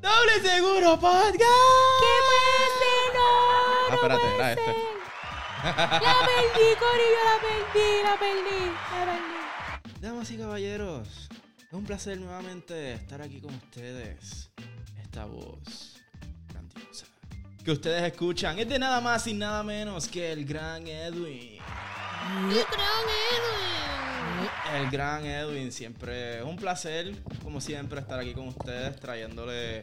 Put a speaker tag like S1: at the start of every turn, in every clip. S1: Doble Seguro Podcast.
S2: ¡Qué
S1: Ah,
S2: bueno!
S1: espérate,
S2: no
S1: era
S2: puede
S1: este.
S2: ser. La perdí, Corillo, la perdí, la perdí, la perdí.
S1: Damas y caballeros, es un placer nuevamente estar aquí con ustedes. Esta voz grandiosa que ustedes escuchan es de nada más y nada menos que el gran Edwin. El gran Edwin, siempre es un placer, como siempre, estar aquí con ustedes trayéndole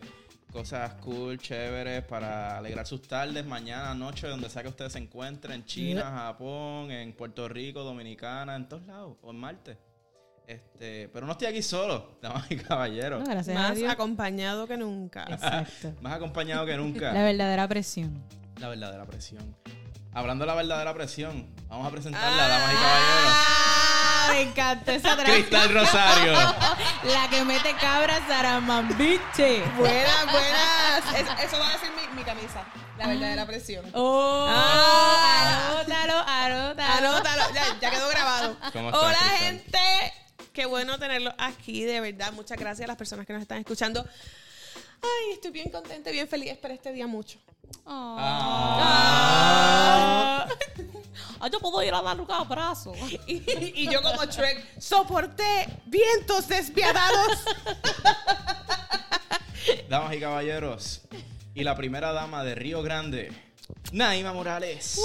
S1: cosas cool, chéveres para alegrar sus tardes, mañana, noche, donde sea que ustedes se encuentren, en China, Japón, en Puerto Rico, Dominicana, en todos lados, o en Marte. Este, pero no estoy aquí solo, damas y caballeros.
S2: No, gracias a
S3: Más
S2: Dios.
S3: acompañado que nunca.
S2: Exacto.
S1: Más acompañado que nunca.
S2: La verdadera presión.
S1: La verdadera presión. Hablando de la verdadera presión, vamos a
S2: Ah.
S1: presentarla, damas y caballeros.
S2: Me encanta esa
S1: Cristal Rosario.
S2: La que mete cabra Saramambiche.
S3: Buenas, buenas. Es- eso va a ser mi, mi camisa. La verdadera presión.
S2: Oh,
S3: Ah.
S2: anótalo, anótalo.
S3: Anótalo, ya, ya quedó grabado.
S1: ¿Cómo estás,
S3: Hola,
S1: Cristal?
S3: gente. Qué bueno tenerlos aquí, de verdad. Muchas gracias a las personas que nos están escuchando. Ay, estoy bien contenta, y bien feliz. Espero este día mucho.
S2: Oh.
S1: Ah.
S2: Ah, yo puedo ir a dar un abrazo.
S3: Y, y yo como Shrek soporté vientos despiadados.
S1: Damas y caballeros, y la primera dama de Río Grande, Naima Morales.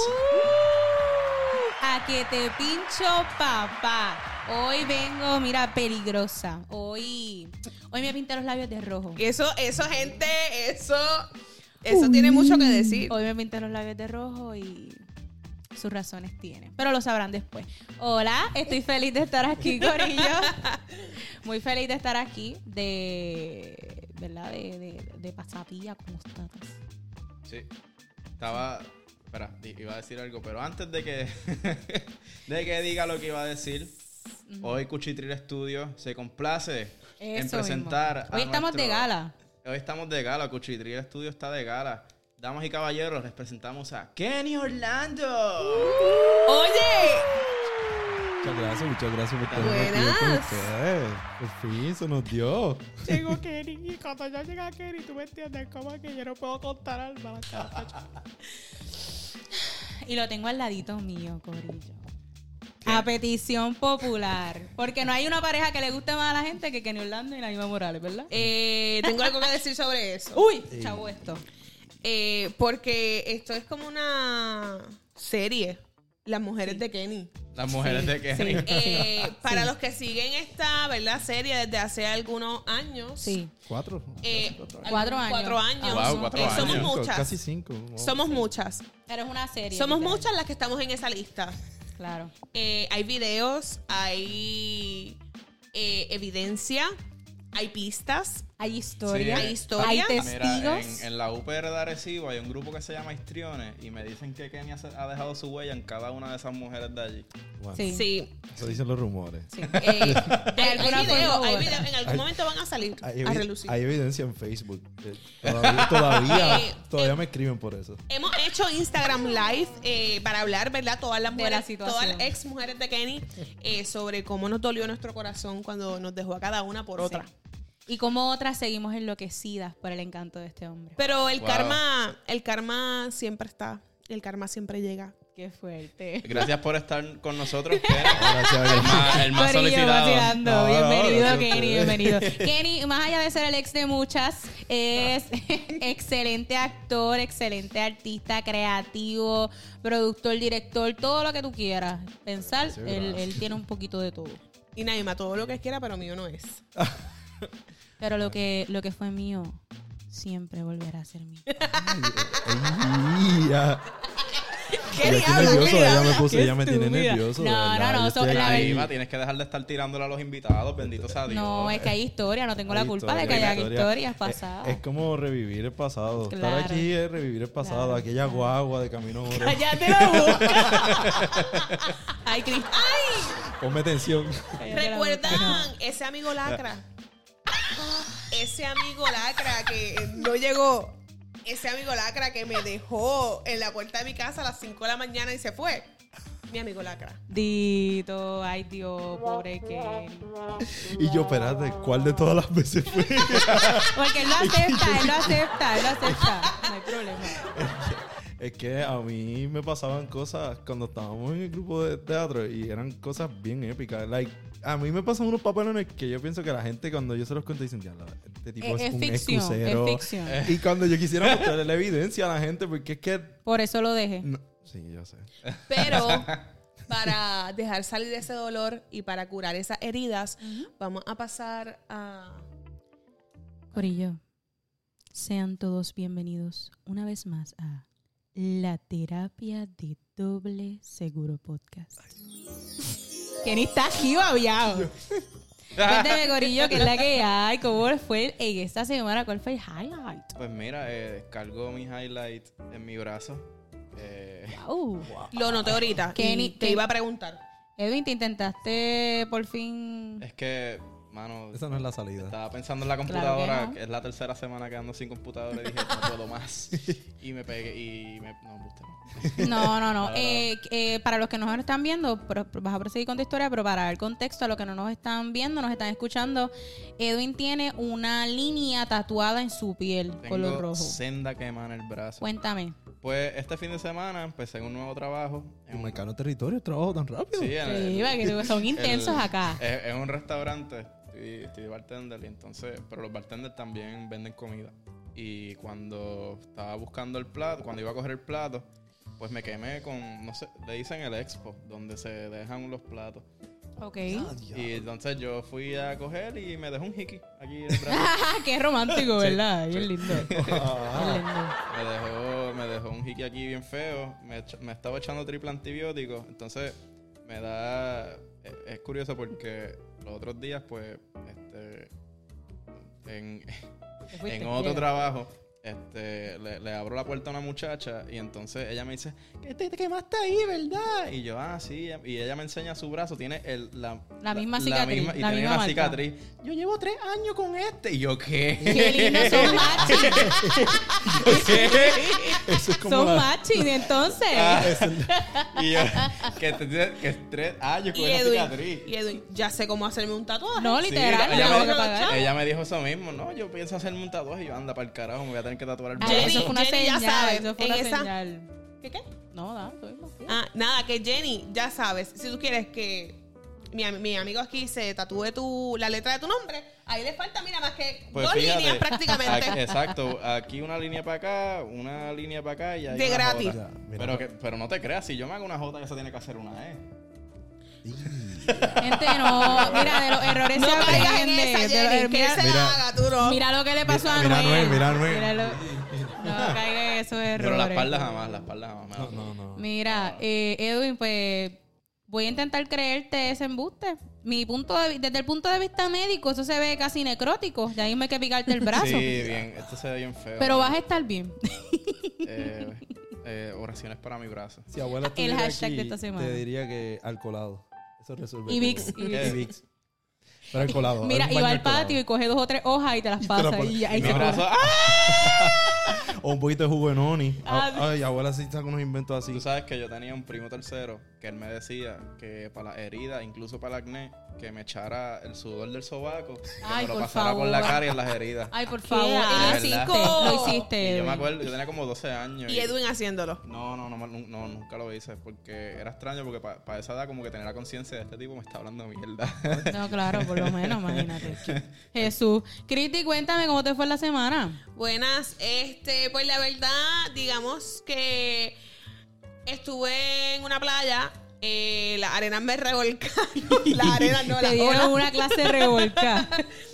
S2: A que te pincho, papá. Hoy vengo, mira, peligrosa. Hoy, hoy me pinté los labios de rojo.
S3: Y eso, eso, gente, eso, eso tiene mucho que decir.
S2: Hoy me pinté los labios de rojo y sus razones tienen. Pero lo sabrán después. Hola, estoy feliz de estar aquí, Corillo. Muy feliz de estar aquí. De. ¿Verdad? De, de, de pasapía con ustedes.
S1: Sí, estaba. Espera, di- iba a decir algo, pero antes de que, de que diga lo que iba a decir, hoy Cuchitril Studio se complace en
S2: Eso mismo.
S1: presentar. a
S2: Hoy estamos
S1: nuestro-
S2: de gala.
S1: Hoy estamos de gala, Cuchitril Studio está de gala. Damas y caballeros, les presentamos a Kenny
S2: Uh,
S1: Orlando.
S3: Oye,
S4: Muchas gracias, muchas gracias por tenerme
S3: Buenas.
S4: aquí con ustedes. Por fin se nos dio.
S5: Llegó Kenny y cuando ya llega Kenny, tú me entiendes como que yo no puedo contar al
S2: Y lo tengo al ladito mío, Corillo. A petición popular. Porque no hay una pareja que le guste más a la gente que Kenny Orlando y Naima Morales, ¿verdad?
S3: eh, tengo algo que decir sobre eso.
S2: Uy, chavo esto.
S3: Eh, porque esto es como una serie, Las Mujeres de Kenny.
S1: Las mujeres de Kenny.
S3: Eh, Para los que siguen esta ¿verdad? serie desde hace algunos años.
S2: Sí.
S4: Cuatro.
S3: eh,
S4: casi cuatro años.
S2: Cuatro años. Ah,
S3: Cuatro años.
S1: Wow, cuatro
S3: Eh,
S1: años.
S3: Somos
S4: Cinco,
S3: muchas.
S4: Casi cinco. Wow.
S3: Somos muchas.
S2: Pero es una serie.
S3: Somos
S2: literal.
S3: muchas las que estamos en esa lista.
S2: Claro.
S3: Eh, hay videos, hay eh, evidencia, hay pistas.
S2: Hay historia.
S1: Sí.
S3: Hay historia.
S2: Hay
S1: Mira,
S2: testigos.
S1: en, en la UPR de Arecibo hay un grupo que se llama Histriones y me dicen que Kenia se- ha dejado su huella en cada una de esas mujeres de allí.
S4: Wow.
S2: Sí.
S3: Sí.
S4: Eso dicen los rumores.
S2: Sí.
S3: Eh, hay,
S2: alguna
S3: hay videos,
S2: forma u
S3: hay
S2: otra.
S3: videos, En algún
S4: Hay-
S3: momento van a salir
S4: Hay,
S3: a
S4: evi-
S3: relucir.
S4: hay evidencia en Facebook. Eh, Todavía, todavía,
S3: Eh,
S4: todavía me escriben por eso.
S3: Hemos hecho Instagram Live eh, para hablar, ¿verdad? Todas las
S2: De
S3: mujeres,
S2: la situación.
S3: todas las ex mujeres de Kenny, eh, sobre cómo nos dolió nuestro corazón cuando nos dejó a cada una por otra.
S2: Sí. Y como otras seguimos enloquecidas por el encanto de este hombre.
S3: Pero el
S1: Wow.
S3: karma, el karma siempre está. El karma siempre llega.
S2: Qué fuerte.
S1: Gracias por estar con nosotros, Kenia.
S4: Gracias,
S1: El
S4: gracias.
S1: más, el más
S2: Corillo
S1: solicitado.
S2: vacilando.
S4: No,
S2: bienvenido,
S4: no, no,
S2: Kenny,
S4: no.
S2: bienvenido. Kenny, más allá de ser el ex de muchas, es excelente actor, excelente artista, creativo, productor, director, todo lo que tú quieras pensar,
S4: Sí,
S2: él,
S4: gracias.
S2: él tiene un poquito de todo.
S3: Y Naima, todo lo que quiera, pero mío no es.
S2: Pero lo que, lo que fue mío siempre volverá a ser mío.
S4: Ay, ya.
S3: ¿Qué diablo?
S4: ya estoy nervioso,
S3: ¿Qué
S4: ya me
S3: diablo?
S4: puse,
S2: Qué
S4: ya me tiene
S2: estúpida.
S4: nervioso.
S2: No, no, no, so- la
S1: Ahí
S2: verdad.
S1: va, tienes que dejar de estar tirándole a los invitados, bendito sea Dios.
S2: No, eh, es que hay historia, no tengo la culpa de que
S4: haya
S2: hayan
S4: Eh,
S2: historias pasadas.
S4: Es, como revivir el pasado.
S2: Claro.
S4: Estar aquí es revivir el pasado.
S2: Claro,
S4: Aquella
S2: claro.
S4: guagua de camino a oro.
S3: Cállate la boca. Ay, Cris.
S4: Ponme tensión.
S3: Ay,
S2: Cállate la boca.
S3: ¿recuerdan ese amigo lacra? Ese amigo lacra que no llegó. Ese amigo lacra que me dejó en la puerta de mi casa a las 5 de la mañana y se fue. mi amigo lacra.
S2: Dito, ay Dios, pobre Kelly.
S4: Y yo, espérate, ¿cuál de todas las veces fue?
S2: Porque él lo acepta, él lo acepta, él lo acepta. No hay problema.
S4: Es que a mí me pasaban cosas cuando estábamos en el grupo de teatro y eran cosas bien épicas. Like, a mí me pasan unos papelones que yo pienso que la gente cuando yo se los cuento dicen, ya, la- este tipo
S2: Es-
S4: es,
S2: es
S4: un
S2: ficción, es
S4: excusero". Eh,
S2: ficción.
S4: Y cuando yo quisiera mostrarle la evidencia a la gente, porque es que...
S2: Por eso lo dejé.
S4: no- Sí, yo sé.
S3: Pero para dejar salir ese dolor y para curar esas heridas, vamos a pasar a.
S2: Corillo, sean todos bienvenidos una vez más a La Terapia de Doble Seguro Podcast. Kenny está aquí babiado. Cuéntame, Corillo, que es la que hay. ¿Cómo fue en esta semana? ¿Cuál fue el highlight?
S1: Pues mira, eh, descargo mi highlight en mi brazo. Eh,
S2: Wow.
S3: Lo noté ahorita.
S2: Que
S3: y
S2: ni-
S3: te
S2: que-
S3: iba a preguntar.
S2: Edwin, te intentaste por fin.
S1: es que, mano,
S4: Esa no es la salida.
S1: estaba pensando en la
S2: que
S1: computadora.
S2: no.
S1: que es la tercera semana quedando sin computadora. Y dije, no puedo más. Y me pegué y me... No, embuste, no.
S2: No, no, no. Eh, eh, para los que nos están viendo, pro- pro- vas a proseguir con tu historia, pero para dar contexto a los que no nos están viendo, nos están escuchando, Edwin tiene una línea tatuada en su piel color
S1: Tengo
S2: rojo.
S1: senda quema en el brazo.
S2: Cuéntame.
S1: Pues este fin de semana empecé un nuevo trabajo. en un-
S4: Marcano territorio, trabajo tan rápido.
S1: Sí, en el-
S2: Sí, va, que son intensos
S1: el-
S2: acá.
S1: Es, es un restaurante, estoy, estoy de bartender, y entonces, pero los bartenders también venden comida. Y cuando estaba buscando el plato, cuando iba a coger el plato, pues me quemé con, no sé, le dicen el expo, donde se dejan los platos.
S2: Ok.
S1: Y entonces yo fui a coger y me dejó un hickey aquí en el brazo.
S2: Ah, qué romántico, ¿verdad? Qué lindo. Qué lindo.
S1: Me dejó, me dejó un hickey aquí bien feo. Me, echa- me estaba echando triple antibiótico. Entonces, me da. Es, es curioso porque los otros días, pues, este. En,
S2: Te fuiste,
S1: en otro
S2: llega.
S1: trabajo, este, le, le abro la puerta a una muchacha y entonces ella me dice, que te, te quemaste ahí, ¿verdad? Y yo, ah, sí. Y ella me enseña su brazo, tiene el, la,
S2: La misma cicatriz,
S1: y
S2: la
S1: tiene
S2: misma
S1: una
S2: marca.
S1: cicatriz. Yo llevo tres años con este. Y yo, ¿qué?
S2: Qué lindos son machis.
S4: Eso es como
S2: Son
S4: la-
S2: machis, entonces.
S1: Ah, y yo, que, te- que tres ah, años con
S3: Y
S1: esa
S3: Edwin,
S1: cicatriz.
S3: y Edwin, ya sé cómo hacerme un tatuaje.
S2: No,
S1: Sí,
S2: literal, no
S1: ella,
S2: tengo
S1: me,
S2: que pagar.
S1: ella me dijo eso mismo, ¿no? Yo pienso hacerme un tatuaje y yo, anda, para el carajo, me voy a tener que tatuar el
S2: Ah,
S1: brazo.
S3: Jenny,
S2: eso fue una
S3: Jenny ya
S2: señal.
S3: sabe,
S2: eso fue
S3: en
S2: una
S3: esa-
S2: señal.
S3: ¿Qué qué?
S2: No, da, soy vacía.
S3: Ah, nada, que Jenny, ya sabes, si tú quieres que mi, am- mi amigo aquí se tatúe tu, la letra de tu nombre, ahí le falta, mira, más que
S1: Pues
S3: dos
S1: fíjate,
S3: líneas
S1: aquí-
S3: prácticamente.
S1: exacto, aquí una línea para acá, una línea para acá y ahí
S3: De
S1: una
S3: gratis.
S1: jota.
S4: Ya, mira.
S1: Pero, que, pero no te creas, si yo me hago una J, ya se tiene que hacer una E.
S2: Gente, no, mira, de los errores
S3: No
S2: se
S3: caigas en
S2: aprende.
S3: esa,
S2: de los-
S3: Jenny, que
S2: mira,
S3: se la haga, tú no.
S2: mira lo que le pasó
S4: Mira
S2: a
S4: a
S2: Anuel.
S4: Anuel, mira a Anuel.
S2: lo- no caiga en esos errores.
S1: Pero la espalda jamás, la espalda jamás. me la-
S4: No, no, no.
S2: Mira, eh, Edwin, pues voy a intentar creerte ese embuste. Mi punto de vi- desde el punto de vista médico, eso se ve casi necrótico. De ahí me hay que picarte el brazo.
S1: Sí, bien, esto se ve bien feo.
S2: Pero vas a estar bien.
S1: Eh, eh, oraciones para mi brazo.
S4: Si abuela
S2: El
S4: estuviera
S2: hashtag
S4: aquí,
S2: de esta semana.
S4: Te diría que al colado. Eso resuelve.
S2: Y Vicks,
S4: todo.
S2: y Vicks.
S4: Y Vicks. Pero al colado.
S2: Mira,
S4: un
S2: y
S4: baño
S2: va al patio y
S4: colado.
S2: coge dos o tres hojas y te las
S4: te las
S2: pasa.
S4: pone-
S2: Y ahí
S1: Mi
S2: se cura.
S1: brazo, ¡ah!
S4: O un poquito de jugo de noni.
S2: Ah,
S4: A- Ay, abuela sí saca unos inventos así.
S1: Tú sabes que yo tenía un primo tercero que él me decía que para las heridas, incluso para el acné, que me echara el sudor del sobaco, que
S2: Ay,
S1: me lo
S2: por
S1: pasara por
S2: favor.
S1: la cara y en las heridas.
S2: Ay, por favor. Y Lo
S1: asco.
S2: hiciste. Lo
S1: Y
S2: hiciste.
S1: yo me
S2: Edwin.
S1: acuerdo, yo tenía como 12 años.
S3: Y Edwin haciéndolo.
S1: No, no, no, no, no, nunca lo hice porque era extraño porque para esa edad como que tener la conciencia de este tipo me está hablando mierda.
S2: No, claro, por lo menos, imagínate. Jesús. Cristi, cuéntame cómo te fue la semana.
S3: Buenas, este, pues la verdad, digamos que estuve en una playa, eh, las arenas me revolcaron, las arenas no,
S2: te
S3: las
S2: dieron
S3: olas.
S2: una clase revolcada.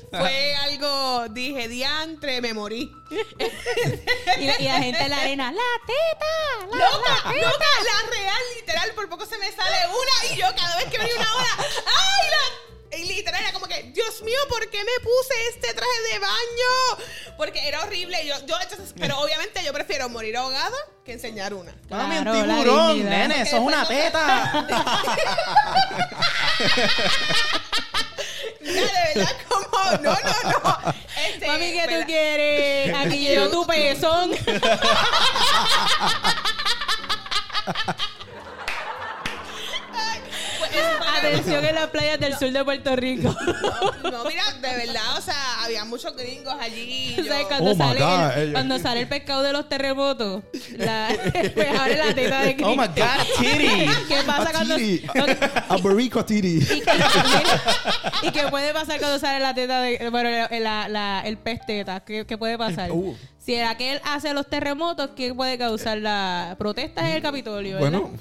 S3: Fue algo, dije, diantre, me morí.
S2: y, la- y la gente en la arena, la teta. La...
S3: Loca, loca, la real, literal, por poco se me sale una y yo cada vez que venía una hora, ¡ay, la! Y literal era como que, Dios mío, ¿por qué me puse este traje de baño? Porque era horrible. Yo, yo, entonces, pero obviamente yo prefiero morir ahogada que enseñar una.
S2: Mami, un tiburón, nene.
S3: Eso es una teta. de verdad, como, no, no, no. Este,
S2: Mami, ¿qué
S3: ¿verdad?
S2: tú quieres? Aquí llegó tu pezón.
S3: Pues,
S2: Diversión en las playas del sur de Puerto Rico. Ah,
S3: No, mira, de verdad, o sea, había muchos gringos allí.
S2: O
S3: yo-
S2: sea, cuando,
S4: Oh my
S2: sale
S4: God,
S2: el,
S4: ellos-
S2: cuando sale el pescado de los terremotos, la, pues abre la teta de
S1: Oh my
S2: Cristo.
S1: God, Tiri.
S2: ¿Qué
S4: Ah,
S2: pasa cuando.?
S4: Atiri.
S2: cuando-
S4: Aborico Atiri.
S2: y, que, y que puede pasar cuando sale la teta de. Bueno, la- la- la- el pez teta. ¿Qué, qué puede pasar?
S4: Uh.
S2: Si el aquel hace los terremotos, ¿qué puede causar la protesta en el Capitolio? ¿verdad?
S4: Bueno,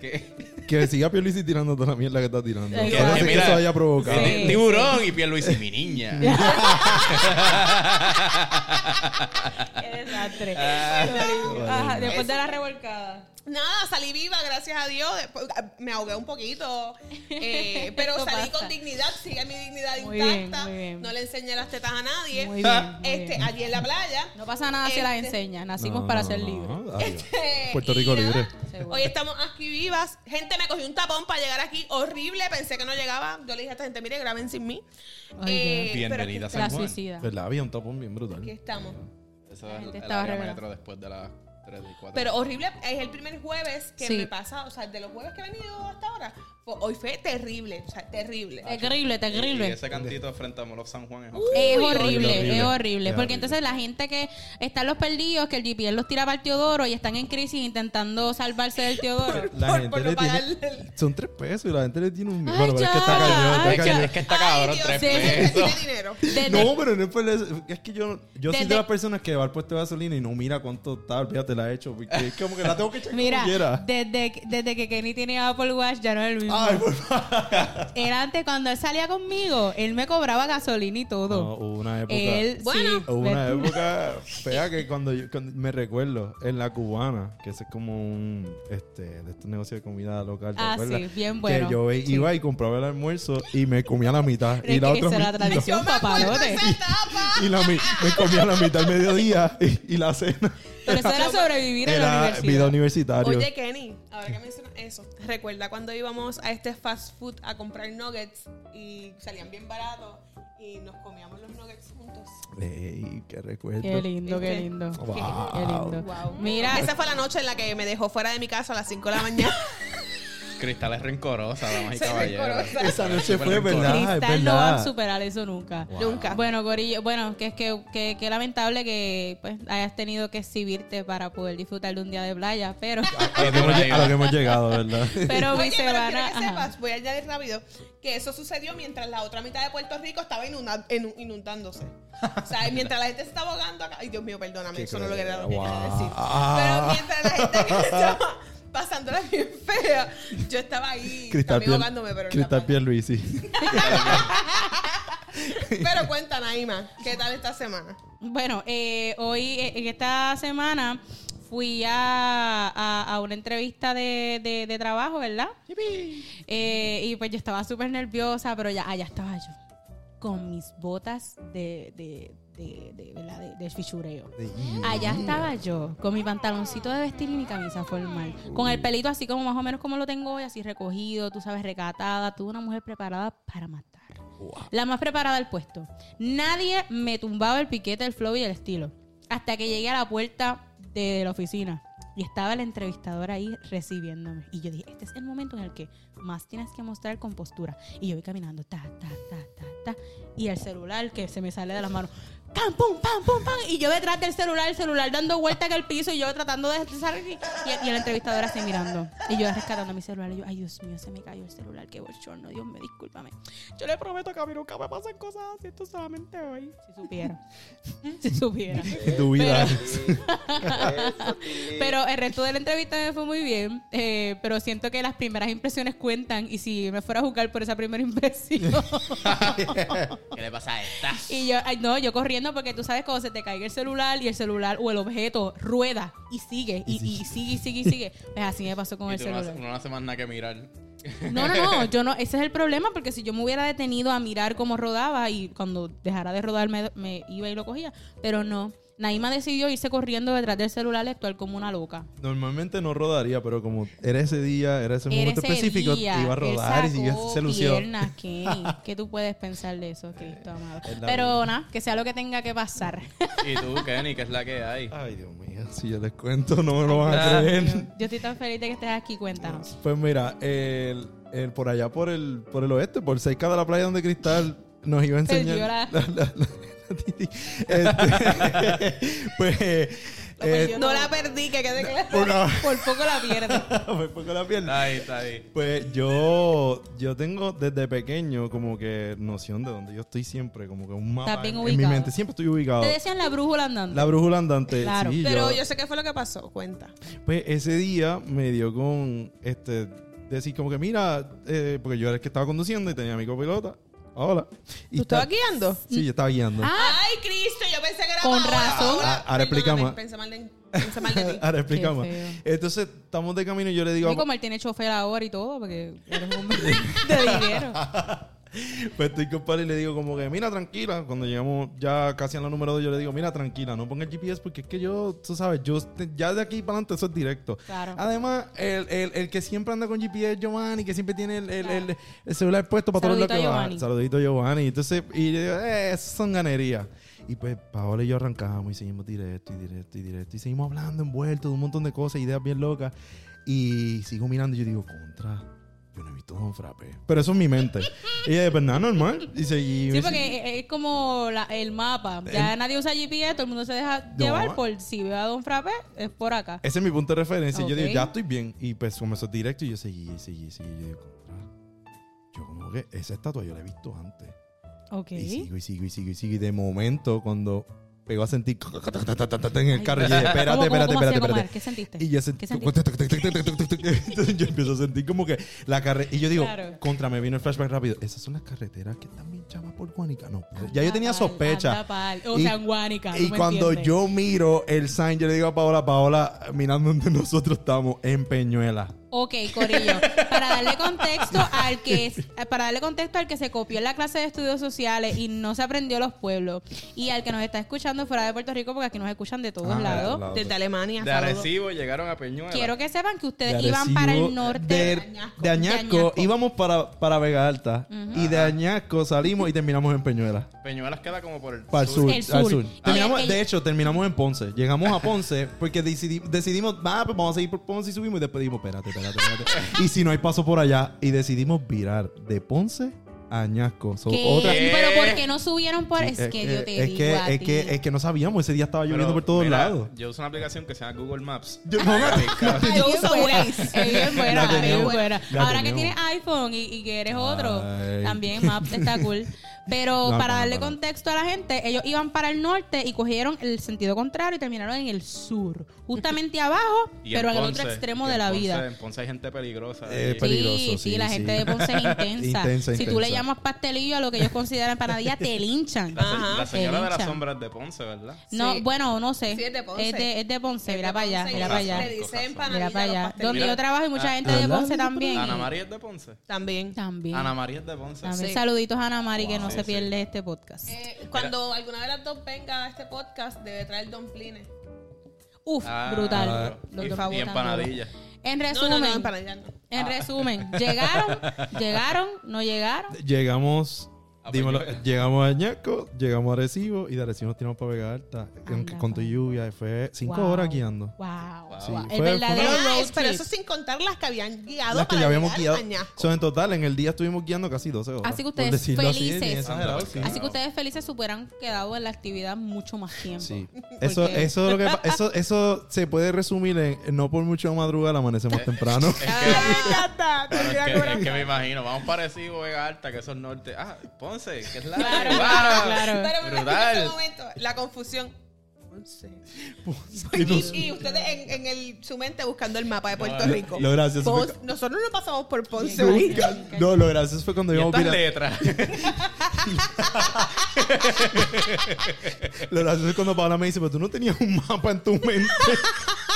S1: ¿Qué?
S4: que siga Pierluisi tirando toda la mierda que está tirando.
S2: Igual.
S4: Que no sé que
S1: Mira.
S4: eso haya provocado.
S2: Sí.
S1: Ti- Tiburón y Pierluisi, mi niña.
S2: Qué desastre.
S1: Ah.
S2: Ajá, después de la revolcada.
S3: Nada, salí viva, gracias a Dios. Después, ah, me ahogué un poquito, eh, pero
S2: Esto
S3: salí
S2: pasa.
S3: con dignidad, sigue mi dignidad
S2: Muy bien,
S3: intacta.
S2: muy bien.
S3: No le enseñé las tetas a nadie.
S2: Muy bien. muy
S3: este,
S2: bien.
S3: allí en la playa.
S2: No pasa nada si las
S3: Este-
S2: enseña. Nacimos
S4: No,
S2: para
S4: no,
S2: ser
S4: no, Pues
S2: libres.
S4: no, adiós.
S3: Este,
S4: Puerto
S3: y
S4: Rico
S3: nada,
S4: libre.
S2: Seguro.
S3: Hoy estamos aquí vivas. Gente, me cogí un tapón para llegar aquí. Horrible, pensé que no llegaba. Yo le dije a esta gente, mire, graben sin mí.
S2: Ay,
S3: Eh,
S1: Dios.
S3: pero aquí
S1: Bienvenida,
S3: está-
S1: San
S2: La
S1: Juan.
S2: suicida.
S4: ¿Verdad? Había un tapón bien brutal.
S3: Aquí estamos.
S1: Eso es
S2: gente
S1: el
S2: estaba
S1: área
S2: revelada.
S1: metro después de las 3 y 4.
S3: Pero horrible, es el primer jueves que
S2: Sí.
S3: me pasa, o sea, de los jueves que he venido hasta ahora, fue- hoy fue terrible, o sea, terrible.
S4: Ah.
S2: Terrible, terrible.
S1: Y ese cantito frente a Moloch San Juan es
S2: Es
S3: Uy,
S2: horrible,
S4: horrible.
S2: es
S4: Qué
S2: horrible. Porque
S4: horrible.
S2: entonces la gente que están los perdidos, que el GPS los tira para el Teodoro y están en crisis intentando salvarse del Teodoro.
S4: La
S3: Por-
S4: gente
S3: por no
S4: le tiene,
S3: pagarle
S4: Son tres pesos y la gente le tiene un
S2: Ay,
S4: miedo. Bueno, pero es que
S2: ya,
S4: está cañón,
S2: ay,
S4: está
S1: Es que,
S4: cañón.
S1: es que está cabrón,
S3: Ay,
S1: tres
S3: Dios,
S2: sí, sí,
S3: que
S1: pesos.
S3: tiene dinero.
S2: Desde-
S4: No, pero no es por eso. Es que yo, yo soy
S2: Desde-
S4: de las personas que va al puesto de gasolina y no mira cuánto está. Fíjate, la he hecho. Porque es como que la tengo que echar como
S2: Mira,
S4: quiera.
S2: desde, que- desde que Kenny tiene Apple Watch ya no es el mismo.
S4: Ay, por favor.
S2: Era antes cuando él salía conmigo, él me cobraba gasolina y
S4: No,
S2: todo.
S4: hubo una época.
S2: él,
S3: Bueno.
S2: sí,
S4: Hubo una
S2: me-
S4: época fea que cuando yo cuando- me recuerdo en la cubana, que ese es como un este, de estos negocios de comida local. ¿te
S2: Ah,
S4: acuerdas?
S2: sí, bien bueno.
S4: Que yo iba y compraba el almuerzo y me comía la mitad.
S2: Pero
S4: Y
S2: es
S4: la
S2: que esa
S4: otra
S2: era la
S4: mitad-
S2: tradición,
S3: me acuerdo
S2: papalote.
S3: de esa etapa.
S4: y la mi- me comía la mitad al mediodía y, y la cena.
S2: Pero eso era sobrevivir en la
S4: Era
S2: universidad.
S4: vida universitaria.
S3: Oye, Kenny, ahora que mencionas eso, recuerda cuando íbamos a este fast food a comprar nuggets y salían bien baratos y nos comíamos los nuggets juntos.
S4: Ey, qué recuerdo.
S2: Qué lindo, qué
S3: ¿Viste?
S2: lindo.
S4: Wow.
S2: Qué lindo. Mira,
S3: Esa fue la noche en la que me dejó fuera de mi casa a las 5 de la mañana.
S1: Cristal es rencorosa, damas y
S3: Soy
S1: caballeros.
S3: rencorosa.
S4: Esa noche
S1: Súper
S4: fue,
S1: rencorosa.
S4: ¿verdad? Ah, es
S2: Cristal no va a
S4: verdad.
S2: superar eso nunca.
S3: Nunca.
S2: Bueno, Gorillo, bueno, que es que, que, que lamentable que pues hayas tenido que exhibirte para poder disfrutar de un día de playa, pero
S4: A lo que hemos, lle- a lo que hemos llegado, ¿verdad?
S2: pero mi
S3: Oye, pero quiero
S2: semana
S3: que
S2: ajá.
S3: sepas, voy a añadir rápido, que eso sucedió mientras la otra mitad de Puerto Rico estaba inunda- enu- inundándose. O sea, mientras la gente se estaba ahogando acá. Ay, Dios mío, perdóname,
S4: Qué
S3: eso no lo que era lo que
S4: cruel.
S3: quería decir.
S4: Wow.
S3: Pero mientras la gente que estaba pasándola bien fea, yo estaba ahí
S4: Cristal,
S3: también
S4: Piel,
S3: ahogándome, pero en la
S4: Cristal
S3: playa.
S4: Pierluisi.
S3: Pero cuenta, Naima, ¿qué tal esta semana?
S2: Bueno, eh, hoy, eh, en esta semana, fui a, a- a una entrevista de, de- de trabajo, ¿verdad? Eh, y pues yo estaba súper nerviosa, pero ya allá estaba yo, con mis botas de, de, de, de, ¿verdad? de- de fichureo. Allá estaba yo, con mi pantaloncito de vestir y mi camisa formal. Con el pelito así como más o menos como lo tengo hoy, así recogido, tú sabes, recatada. Tú una mujer preparada para matar. La más preparada del puesto. Nadie me tumbaba el piquete, el flow y el estilo. Hasta que llegué a la puerta de la oficina. Y estaba el entrevistador ahí recibiéndome. Y yo dije, este es el momento en el que más tienes que mostrar compostura. Y yo voy caminando, ta, ta, ta, ta, ta. Y el celular que se me sale de las manos. ¡Pam, pum, pam, pum, pam! Y yo detrás del celular, el celular dando vueltas en el piso y yo tratando de salir. Y, y el entrevistador así mirando. Y yo rescatando mi celular. Y yo, ay, Dios mío, se me cayó el celular. Qué bochorno. Dios me discúlpame.
S5: Yo le prometo que a mí nunca me pasan cosas así, esto es solamente hoy.
S2: Si supiera. si supiera.
S4: Tu vida.
S2: Pero el resto de la entrevista me fue muy bien. eh, pero siento que las primeras impresiones cuentan. Y si me fuera a juzgar por esa primera impresión.
S1: ¿Qué le pasa a esta?
S2: y yo, ay, no, yo corriendo porque tú sabes cuando se te caiga el celular y el celular o el objeto rueda y sigue. Y, y sigue, y sigue, y sigue. Pues así me pasó con
S1: Y
S2: el
S1: tú no,
S2: celular.
S1: haces- uno no hace más nada que mirar.
S2: No, no, no, yo no, ese es el problema, porque si yo me hubiera detenido a mirar cómo rodaba y cuando dejara de rodar me, me iba y lo cogía, pero no. Naima decidió irse corriendo detrás del celular y actuar como una loca.
S4: Normalmente no rodaría, pero como era ese día, era ese
S2: Era
S4: momento
S2: ese
S4: específico,
S2: día,
S4: iba a
S2: él
S4: rodar y
S2: sacó
S4: siguió- se lució.
S2: piernas, Kenny. ¿Qué tú puedes pensar de eso, Cristo amado?
S4: es la
S2: Pero
S4: vida.
S2: nada, que sea lo que tenga que pasar.
S1: Y tú, Kenny, que es la que hay.
S4: Ay, Dios mío, si yo les cuento no me lo van a
S1: Ah.
S4: creer.
S2: Yo estoy tan feliz de que estés aquí, cuéntanos.
S4: Pues mira, el- el- por allá por el, por el oeste, por cerca de la playa donde Cristal nos iba a enseñar.
S2: Perdió la-
S4: la- la- la titi. Este, pues. eh,
S3: No la perdí, que quede claro.
S4: una-
S2: Por poco la pierde.
S4: me pongo la
S1: Está
S4: pierna.
S1: ahí, está ahí.
S4: Pues yo, yo tengo desde pequeño como que noción de donde yo estoy siempre, como que un mapa
S2: Estás bien
S4: en, en mi
S2: ubicado.
S4: mente. Siempre estoy ubicado.
S2: Te decían la brújula andando.
S4: La brújula andante.
S2: Claro,
S4: sí,
S3: Pero yo sé qué fue lo que pasó, cuenta.
S4: Pues ese día me dio con este decir como que mira, eh, porque yo era el que estaba conduciendo y tenía mi copilota. Hola. Y
S3: ¿Tú estabas
S4: está-
S3: guiando?
S4: Sí, yo estaba guiando.
S2: Ah,
S3: Ay, Cristo, yo pensé que era
S2: Con
S3: Paola.
S2: razón.
S3: Paola,
S4: Ah, ahora Ah, explica
S3: perdóname,
S4: más.
S3: Pensé mal de, pensé mal de ti.
S4: Ahora explicamos.
S2: Qué feo.
S4: Entonces, estamos de camino y yo le digo, a
S2: y como él tiene chofer ahora y todo, porque eres un hombre de dinero.
S4: pues estoy con Pablo y le digo como que, mira, tranquila. Cuando llegamos ya casi a la número 2, yo le digo, mira, tranquila, no ponga el GPS porque es que yo, tú sabes, yo te- ya de aquí para adelante eso es directo.
S2: Claro.
S4: Además, el, el- el que siempre anda con GPS es Giovanni, que siempre tiene el, el- el- el celular puesto para todos los
S2: Saludito
S4: que
S2: a
S4: va.
S2: Giovanni.
S4: Saludito Giovanni. Entonces, y yo digo, eh, esas son ganerías. Y pues Paola y yo arrancamos y seguimos directo y directo y directo. Y seguimos hablando envueltos de un montón de cosas, ideas bien locas. Y sigo mirando y yo digo, contra, yo no he visto Don Frappe. Pero eso es mi mente. y ella, pues nada, normal. Y seguí.
S2: Sí, porque es- es como la- el mapa. Ya nadie usa GPS, todo el mundo se deja llevar por si veo a Don Frappe, es por acá.
S4: Ese es mi punto de referencia. Y Yo digo,
S2: Ok.
S4: ya estoy bien. Y pues comenzó directo y yo seguí, y seguí, y seguí. Yo digo, contra. Yo como que esa estatua yo la he visto antes.
S2: Ok.
S4: Y sigo, y sigo, y sigo, y sigo. Y de momento, cuando pegó a sentir en el carro, yo dije,
S2: ¿Cómo- cómo-
S4: espérate, espérate,
S2: cómo hacía,
S4: espérate,
S2: comadre?
S4: espérate.
S2: ¿Qué sentiste?
S4: Y yo sentí.
S2: ¿Qué sentiste?
S4: Entonces yo empiezo a sentir como que la carretera. Y yo digo,
S2: Claro.
S4: contra, me vino el flashback rápido. Esas son las carreteras que están bien chamas por Guanica. No, ya yo tenía
S2: Anda pa'l-
S4: sospecha.
S2: anda pa'l- O
S4: Y-
S2: sea, en Guánica.
S4: Y
S2: tú me
S4: cuando
S2: entiendes.
S4: yo miro el sign, yo le digo a Paola, Paola, mirando donde nosotros estamos, en Peñuela.
S2: Ok, Corillo. Para darle contexto al que es- para darle contexto al que se copió en la clase de estudios sociales y no se aprendió los pueblos. Y al que nos está escuchando fuera de Puerto Rico, porque aquí nos escuchan de todos
S4: Ah, de
S2: lados.
S4: todos lados.
S3: Desde Alemania.
S1: De
S3: saludos.
S1: Arecibo llegaron a Peñuela.
S2: Quiero que sepan que ustedes
S4: de
S2: iban para
S4: Arecibo,
S2: el norte
S4: de, de Añasco. Íbamos para, para Vega Alta y de Añasco salimos y terminamos en Peñuela.
S1: Peñuelas queda como por el,
S4: Para el sur,
S2: El
S4: al
S2: sur.
S4: sur.
S2: Ah.
S4: Terminamos,
S2: El-
S4: de hecho, terminamos en Ponce. Llegamos a Ponce porque decidi- decidimos, ah, pues vamos a seguir por Ponce y subimos y después dijimos, espérate, espérate, espérate. y si no hay paso por allá, y decidimos virar de Ponce a Añasco. So,
S2: ¿Qué?
S4: otra-
S2: Pero ¿por qué no subieron por?
S4: Sí,
S2: es que yo te
S4: eh, es
S2: digo
S4: que,
S2: a
S4: es
S2: ti.
S4: que es que no sabíamos, ese día estaba
S1: Pero,
S4: lloviendo por todos
S1: mira,
S4: lados.
S1: Yo uso una aplicación que se llama Google Maps.
S4: Yo- no, no.
S1: Aplicado.
S3: Yo
S2: Es
S3: uso
S2: bien buena,
S3: Waze.
S2: es bien buena,
S4: La
S2: es bien
S4: tenemos,
S2: buena.
S4: la Ah,
S2: Ahora que
S4: tenemos.
S2: tienes iPhone y, y que eres otro,
S4: Ay.
S2: también Maps está cool. Pero
S4: No,
S2: para
S4: no,
S2: darle
S4: no, no.
S2: contexto a la gente, ellos iban para el norte y cogieron el sentido contrario y terminaron en el sur, justamente abajo,
S1: Y
S2: pero en el
S1: Ponce,
S2: otro extremo
S1: que
S2: de
S1: en
S2: la
S1: Ponce-
S2: vida.
S1: En Ponce hay gente peligrosa.
S4: Eh,
S1: Y-
S4: peli- peligroso,
S2: sí,
S4: sí,
S2: la
S4: sí.
S2: gente de Ponce es intensa.
S4: Intensa,
S2: Si tú le
S4: intensa.
S2: llamas pastelillo a lo que ellos consideran panadilla, te linchan.
S1: la, se-
S3: Ajá,
S1: la señora de las
S2: pelinchan.
S1: sombras de Ponce, ¿verdad?
S2: No,
S3: Sí.
S2: bueno, no sé.
S3: Sí, es de Ponce.
S2: Es de, es de Ponce, mira para allá,
S3: Entonces,
S2: mira
S1: y
S2: para
S1: se
S2: allá.
S3: Le dicen
S2: Mira
S3: panadilla
S2: para
S3: a los
S2: allá. Donde
S3: pastelitos.
S2: yo trabajo y mucha
S1: Ah,
S2: gente de
S4: ¿verdad?
S2: Ponce también.
S1: Ana María es de Ponce.
S3: También.
S2: También.
S1: Ana María es de Ponce.
S2: También.
S3: Sí.
S2: Saluditos a Ana Mari que
S1: Wow.
S2: no
S1: Sí,
S2: se
S1: sí.
S2: pierde este podcast.
S3: Eh, cuando alguna de las dos venga a este podcast, debe traer domplines.
S2: Uf,
S1: Ah,
S2: brutal. Los
S1: y,
S2: dos favoritos.
S1: y empanadillas.
S2: En
S3: No, Ah.
S2: resumen,
S3: no, no, empanadillas no.
S2: en resumen, llegaron, llegaron, no llegaron.
S4: Llegamos,
S1: A
S4: dímelo,
S1: Peñuela.
S4: llegamos a Añasco, llegamos a Arecibo y de Arecibo nos tiramos para Vega Alta. que aunque con tu lluvia, fue cinco
S2: Wow.
S4: horas guiando.
S2: Wow.
S4: Sí,
S2: wow.
S4: fue-
S2: el
S4: fue
S2: verdadero
S4: una-
S3: Ah,
S2: road
S3: es- pero
S2: trip.
S3: eso sin contar las que habían guiado
S4: Las que
S3: para
S4: ya habíamos
S3: llegar
S4: guiado.
S3: a Añasco.
S4: So, en total, en el día estuvimos guiando casi 12 horas.
S2: Así que
S4: Por
S2: ustedes
S4: decirlo así,
S2: felices.
S4: bien exagerado, sí.
S2: Así que ustedes felices se hubieran quedado en la actividad mucho más tiempo.
S4: Sí.
S2: Porque-
S4: Eso, eso, es lo que, pa- eso, eso se puede resumir en en no por mucho madrugar amanecemos temprano.
S1: Es que,
S3: Ay, ya está, te
S1: claro, es
S3: queda
S1: que-
S3: cobrando.
S1: es que me imagino, vamos parecido, Vega Alta, que eso es norte. Ah, Ponce, que es la.
S2: Claro,
S1: Wow,
S2: claro, claro.
S3: Pero me imagino en
S1: Brutal.
S3: ese momento, la confusión. Ponce.
S4: Y nos-
S3: Y, y ustedes en, en el, su mente buscando el mapa de Puerto
S1: Lo-
S3: Rico.
S4: lo gracioso fue
S3: Ponce- nosotros no pasamos por Ponce.
S4: Nunca. No, lo gracioso fue cuando
S1: Y
S4: íbamos
S1: estas
S4: vira-
S1: letras.
S4: Lo gracioso es cuando Paola me dice, pero tú no tenías un mapa en tu mente.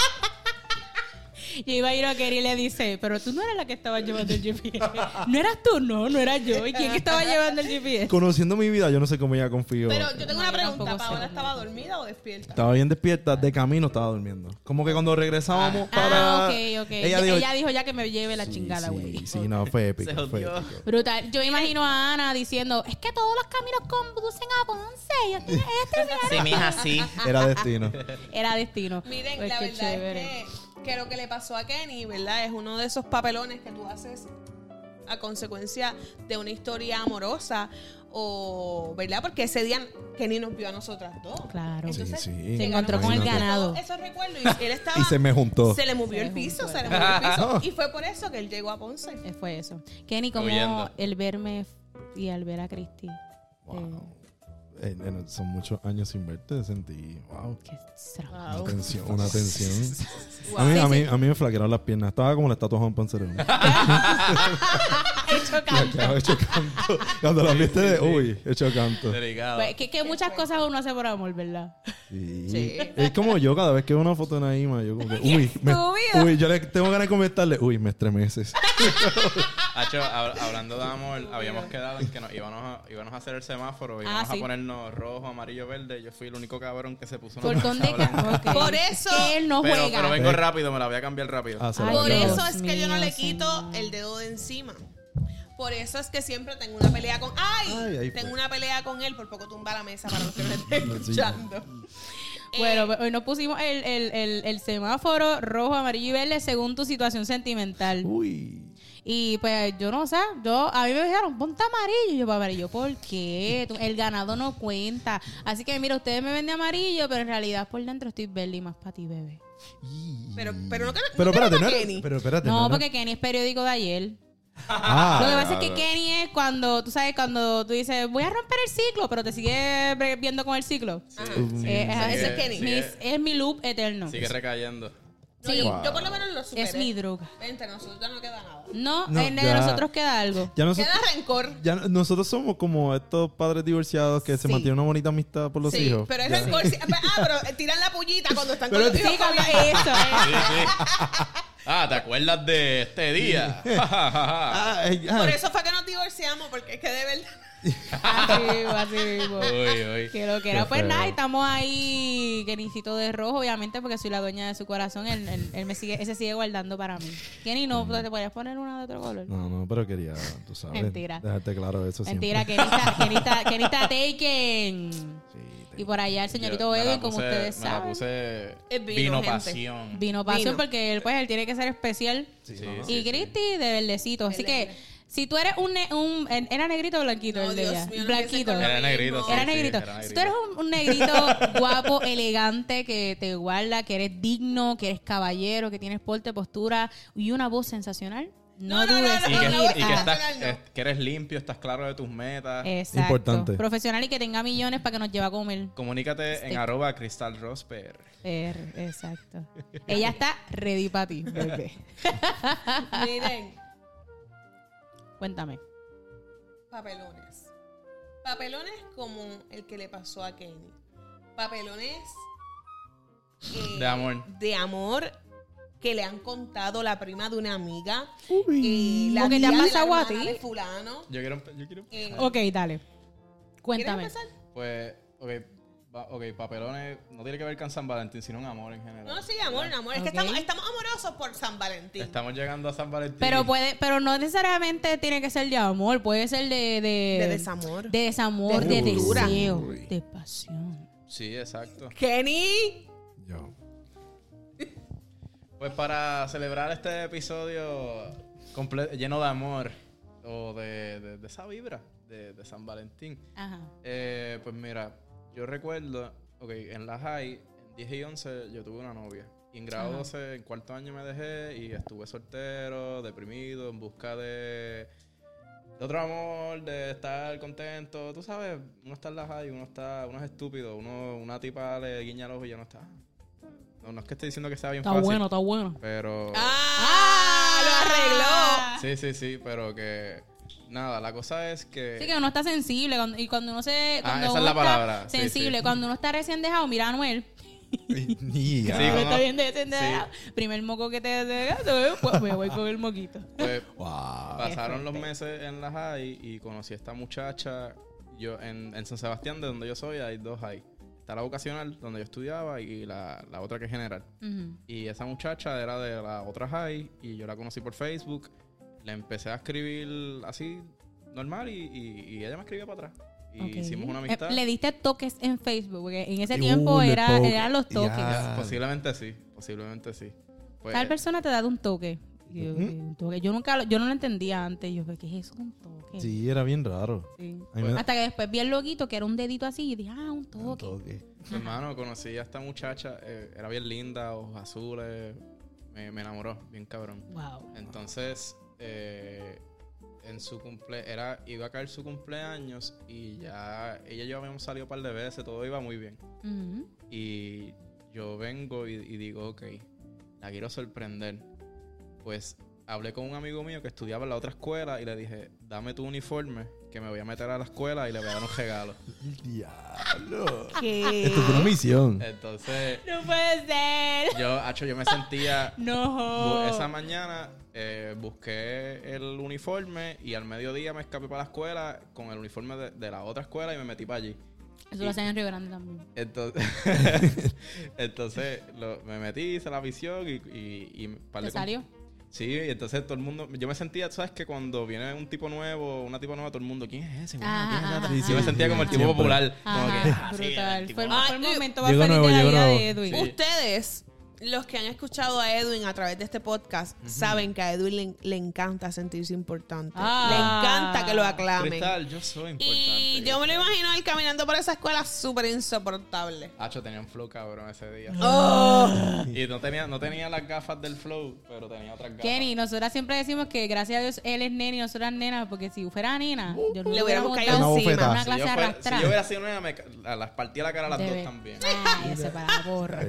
S2: Yo iba a ir a Kerry y le dice, pero tú no eras la que estaba llevando el GPS. No eras tú, no, no era yo. ¿Y quién estaba llevando el GPS?
S4: Conociendo mi vida, yo no sé cómo ella confío.
S3: Pero yo tengo
S2: No,
S3: una
S2: yo
S3: pregunta.
S2: tampoco sé.
S3: ¿Paola estaba dormida o despierta?
S4: Estaba bien despierta, de camino estaba durmiendo. Como que cuando regresábamos para...
S2: Ah, ok, ok.
S4: Ella dijo...
S2: ya que me lleve la
S4: "Sí,
S2: chingada, güey.
S4: Sí, sí, no, fue épico.
S1: Se
S4: fue
S1: jodió.
S4: épico.
S2: Brutal. Yo me imagino a Ana diciendo, es que todos los caminos conducen a Ponce. y aquí es este, mira".
S1: Sí, mija, sí.
S4: Era destino.
S2: Era destino.
S3: Miren,
S2: Pues
S3: la
S2: qué
S3: verdad
S2: chévere.
S3: es que, que lo que le pasó a Kenny, ¿verdad? Es uno de esos papelones que tú haces a consecuencia de una historia amorosa o, ¿verdad? Porque ese día Kenny nos vio a nosotras dos.
S2: Claro.
S4: Sí,
S3: Entonces,
S4: sí.
S3: llegaron
S4: Se
S2: encontró con el
S3: todos
S2: ganado.
S3: Esos recuerdos y él estaba...
S4: Y se Ah. me juntó.
S3: se le movió
S2: Se
S3: el
S2: le
S3: piso,
S2: juntó.
S3: se le movió el piso. Y fue por eso que él llegó a Ponce.
S2: Eh, Fue eso. Kenny, como
S1: Huyendo.
S2: el verme y al ver a Cristi.
S4: Wow. Eh, eh, son muchos años sin verte, sentí, wow.
S2: Qué trauma.
S4: Una
S3: Wow.
S4: tensión, una tensión.
S3: Wow.
S4: A mí, a,
S3: Sí,
S4: mí, a mí me flaquearon las piernas. Estaba como la estatua de Juan Panzerón.
S3: sí, hecho canto.
S4: Flaqueado, hecho canto. Cuando la viste de, uy, hecho canto.
S1: Delicado.
S2: Pues, que, que muchas cosas uno hace por amor, ¿verdad?
S4: Sí.
S3: Sí.
S4: Es como yo, cada vez que veo una foto de Naima, yo como que, uy, me-
S2: estúpido.
S4: uy, yo le tengo ganas de comentarle, uy, me estremeces.
S1: Hacho, hab- hablando de amor, habíamos quedado en que nos íbamos a, íbamos a hacer el semáforo, íbamos
S2: Ah, sí.
S1: a ponernos rojo, amarillo, verde. Yo fui el único cabrón que se puso una
S2: Cordón de
S1: camisa blanca.
S2: ca- ok.
S3: Por eso-
S2: Que él no
S1: Pero,
S2: juega.
S1: pero vengo rápido, me la voy a cambiar rápido.
S4: Ah, se la
S2: Ay,
S3: Por
S4: cambió.
S2: Dios
S3: eso es que yo no
S2: mío,
S3: le quito
S2: señor.
S3: el dedo de encima. Por eso es que siempre tengo una pelea con. ¡Ay!
S4: Ay, ahí
S3: tengo
S4: fue.
S3: una pelea con él. Por poco tumba la mesa para los que me estén escuchando. Eh,
S2: Bueno, pues, hoy nos pusimos el, el- el- el semáforo rojo, amarillo y verde según tu situación
S4: Uh,
S2: sentimental.
S4: Uy.
S2: Y pues yo no sé, yo a mí me dijeron, ponte amarillo. Y yo, pues amarillo, ¿por qué? Tú- El ganado no cuenta. Así que mira, ustedes me venden amarillo, pero en realidad por dentro estoy verde y más para ti, bebé.
S3: Pero- pero no te-
S4: pero
S3: no te
S4: espérate,
S3: mata
S4: no era-
S3: Kenny.
S4: pero espérate,
S2: No,
S4: era-
S2: porque Kenny es periódico de ayer.
S4: Ah,
S2: Lo que pasa es que
S4: claro.
S2: Kenny es cuando, tú sabes, cuando tú dices, voy a romper el ciclo, pero te sigue bre- viendo con el ciclo.
S3: ajá.
S4: Mm.
S2: Eh, ajá,
S3: Ese
S2: es,
S3: es Kenny.
S2: mi-
S4: eh.
S2: es mi loop eterno.
S1: Sigue recayendo.
S3: No,
S2: Sí.
S3: yo, yo
S4: Wow.
S3: por lo menos lo superé.
S2: Es mi droga.
S3: Entre nosotros no queda nada.
S2: No,
S4: No,
S2: en el de
S4: ya.
S2: nosotros queda algo.
S4: Ya nosotros,
S3: Queda rencor.
S4: ya no- nosotros somos como estos padres divorciados que
S2: Sí.
S4: se mantiene una bonita amistad por los
S3: sí,
S4: hijos.
S3: pero es
S4: Ya.
S3: rencor. sí. Ah, pero eh, tiran la pullita cuando están
S4: Pero
S3: con los
S2: Sí,
S3: hijos
S2: cuando
S3: comiendo.
S2: eso. eh.
S1: Sí, sí. Ah, ¿te acuerdas de este día? Ja, ja, ja, ja.
S4: Ah, eh, ah,
S3: Por eso fue que nos divorciamos, porque es que de verdad.
S2: Así mismo, así mismo.
S1: uy, uy.
S2: Que lo que era,
S4: Qué
S2: pues
S4: feo.
S2: nada, estamos ahí, Kennycito de rojo, obviamente, porque soy la dueña de su corazón. Él, él- él me sigue, ese sigue guardando para mí. Kenny, no te podías poner una de otro color.
S4: Mm. No, no, pero quería, tú sabes.
S2: Mentira.
S4: Dejarte claro eso
S2: Mentira, Kenny está, Kenny está- Kenny está taken.
S4: siempre. Sí,
S2: Y por allá el señorito
S1: Yo me la
S2: Beben, como
S1: puse-
S2: ustedes
S1: Me la
S2: saben,
S1: puse
S3: Es vino,
S1: vino,
S3: gente.
S1: pasión.
S2: vino pasión
S3: Vino.
S2: porque él, pues, él tiene que ser especial.
S4: sí,
S1: Sí,
S4: no, no.
S1: sí.
S2: y Cristi de verdecito. Así que,
S3: Verde.
S2: si tú eres un, ne- un- ¿Era negrito o blanquito
S3: No,
S2: el de
S3: Dios
S2: ella?
S3: mío, no
S2: blanquito.
S3: empieces con
S1: Era negrito. sí,
S2: Era
S1: sí,
S2: negrito.
S1: era
S2: Si tú eres un, un negrito guapo, elegante, que te guarda, que eres digno, que eres caballero, que tienes porte, postura y una voz sensacional, no,
S3: No, no, no,
S2: dudes
S3: no,
S1: Y
S2: en
S3: no,
S1: que,
S3: no,
S2: ir
S1: y que
S2: a-
S1: estás-
S3: no.
S1: es- que eres limpio, estás claro de tus metas.
S2: Exacto.
S4: Importante.
S2: Profesional y que tenga millones para que nos lleve a comer.
S1: Comunícate
S2: Sí.
S1: en arroba Crystal Rosper.
S2: Er, exacto. Ella está ready para ti, bebé.
S3: Miren,
S2: Cuéntame.
S3: papelones. Papelones como el que le pasó a Kenny. Papelones eh,
S1: De amor.
S3: De amor que le han contado la prima de una amiga.
S4: Uy.
S3: eh, la
S2: Lo que te
S3: tía
S2: ha
S3: de la
S2: pasado a
S3: hermana
S2: ti.
S3: de fulano.
S1: Yo quiero, empe- yo quiero
S3: Eh,
S1: empezar.
S2: Ok, dale.
S3: ¿quieres
S2: Cuéntame.
S3: empezar?
S1: Pues, ok, va- ok, papelones, no tiene que ver con San Valentín, sino un amor en general.
S3: No, sí, amor, amor. Es que
S2: Ok.
S3: estamos, estamos amorosos por San Valentín.
S1: Estamos llegando a San Valentín.
S2: Pero pues, puede, pero no necesariamente tiene que ser de amor, puede ser de, de,
S3: De desamor.
S2: de desamor, de,
S3: De ruptura.
S2: deseo,
S4: Uy.
S2: de pasión.
S1: Sí, exacto.
S3: Kenny.
S4: Yo.
S1: Pues para celebrar este episodio comple- lleno de amor o de, de- de esa vibra de, de San Valentín,
S2: Ajá.
S1: eh, pues mira, yo recuerdo, ok, en la high, en 10 y 11, yo tuve una novia. Y en grado
S2: Ajá.
S1: 12, en cuarto año me dejé y estuve soltero, deprimido, en busca de, de otro amor, de estar contento. Tú sabes, uno está en la high, uno está, uno es estúpido, uno, una tipa le guiña el ojo y ya no está. No, no es que esté diciendo que sea bien
S2: Está
S1: fácil.
S2: bueno, está bueno.
S1: Pero.
S3: ¡Ah! ¡Lo
S2: Ah.
S3: arregló!
S1: Sí, sí, sí, pero que. Nada, la cosa es que.
S2: Sí, que uno está sensible cuando- y cuando uno se.
S1: Ah,
S2: Cuando
S1: esa
S2: uno
S1: es la
S2: está
S1: palabra. Sí,
S2: Sensible.
S1: sí.
S2: Cuando uno está recién dejado, mira a Anuel.
S4: Y-
S1: Sí,
S2: Anuel
S1: cuando-
S2: está bien recién
S1: sí.
S2: dejado. Primer moco que te dejaste, pues me voy con el moquito.
S1: pues,
S4: Wow.
S1: pasaron los meses en la high y conocí a esta muchacha. Yo, en, en San Sebastián, de donde yo soy, hay dos high. Está la vocacional, donde yo estudiaba, y la, la otra que es general.
S2: Ujú.
S1: Y esa muchacha era de la otra high y yo la conocí por Facebook. Le empecé a escribir así, normal, y, y- y ella me escribió para atrás. Y
S2: Ok.
S1: hicimos una
S2: Eh,
S1: amistad.
S2: Le diste toques en Facebook, porque en ese
S4: Uh,
S2: tiempo
S4: le
S2: era,
S4: toque.
S2: eran los toques.
S4: Ya.
S1: Posiblemente sí, posiblemente sí. Pues,
S2: Tal persona te da un toque. Yo, que un toque. Yo nunca, lo- yo no lo entendía antes. Yo, ¿qué es eso? Un toque.
S4: Sí, era bien raro.
S2: Sí.
S4: A mí me-
S2: Hasta que después vi el loguito que era un dedito así y dije, ah, un toque.
S4: Toque.
S1: Hermano, conocí a esta muchacha, eh, era bien linda, ojos azules, me, me enamoró, bien cabrón.
S2: Wow.
S1: Entonces, eh, en su cumple, era, iba a caer su cumpleaños y ya ella y yo habíamos salido un par de veces, todo iba muy bien.
S2: Ujú.
S1: Y yo vengo y, y digo, ok, la quiero sorprender. Pues hablé con un amigo mío que estudiaba en la otra escuela y le dije, dame tu uniforme, que me voy a meter a la escuela y le voy a dar un regalo.
S4: El diablo.
S2: ¿Qué?
S4: Esto es una misión.
S1: Entonces,
S2: No puede ser.
S1: yo, hacho, yo me sentía... Bu-
S2: No.
S1: Esa mañana eh, busqué el uniforme y al mediodía me escapé para la escuela con el uniforme de, de la otra escuela y me metí para allí.
S2: Eso lo hacen en Río Grande también.
S1: Entonces, entonces lo- me metí, hice la visión y... y, y parlé
S2: ¿Te
S1: con-
S2: salió?
S1: Sí, y entonces todo el mundo... Yo me sentía, ¿sabes? Que cuando viene un tipo nuevo, una tipo nueva, todo el mundo, ¿quién es ese?
S2: Ajá,
S1: ¿Quién es ese?
S2: ajá,
S1: Sí, yo me
S2: ajá,
S1: sentía como el tipo
S4: siempre.
S1: popular. Como que,
S2: Ajá,
S1: ah, sí, el
S2: brutal.
S1: tipo-
S2: Fue el,
S3: Ah,
S2: fue el
S3: eh,
S2: momento más
S4: llegó
S2: feliz
S4: nuevo,
S2: de la
S4: llegó
S2: vida
S4: nuevo.
S2: de Edwin.
S1: Sí.
S3: Ustedes, los que han escuchado a Edwin a través de este podcast, saben que a Edwin le, le encanta sentirse importante.
S2: Ah.
S3: Le encanta que lo aclamen.
S1: Cristal, yo soy importante.
S3: Y yo me lo imagino él caminando por esa escuela súper insoportable.
S1: Hacho, tenía un flow cabrón ese día.
S2: Ah.
S3: Oh.
S1: Y no tenía, no tenía las gafas del flow, pero tenía otras gafas.
S2: Kenny, nosotras siempre decimos que gracias a Dios él es nene y nosotras nenas, porque si fuera nena,
S1: Uh,
S2: yo no
S3: Oh, Le hubiéramos
S2: hubiera
S3: caído
S2: gustado
S3: encima.
S4: Una bofetada.
S2: una
S1: Si yo,
S2: clase
S1: fuera-
S2: arrastrada.
S1: si yo hubiera sido una, me ca- a las partía la cara a las
S2: De
S1: dos
S2: ver-
S1: también.
S2: Ay, ese para la borra.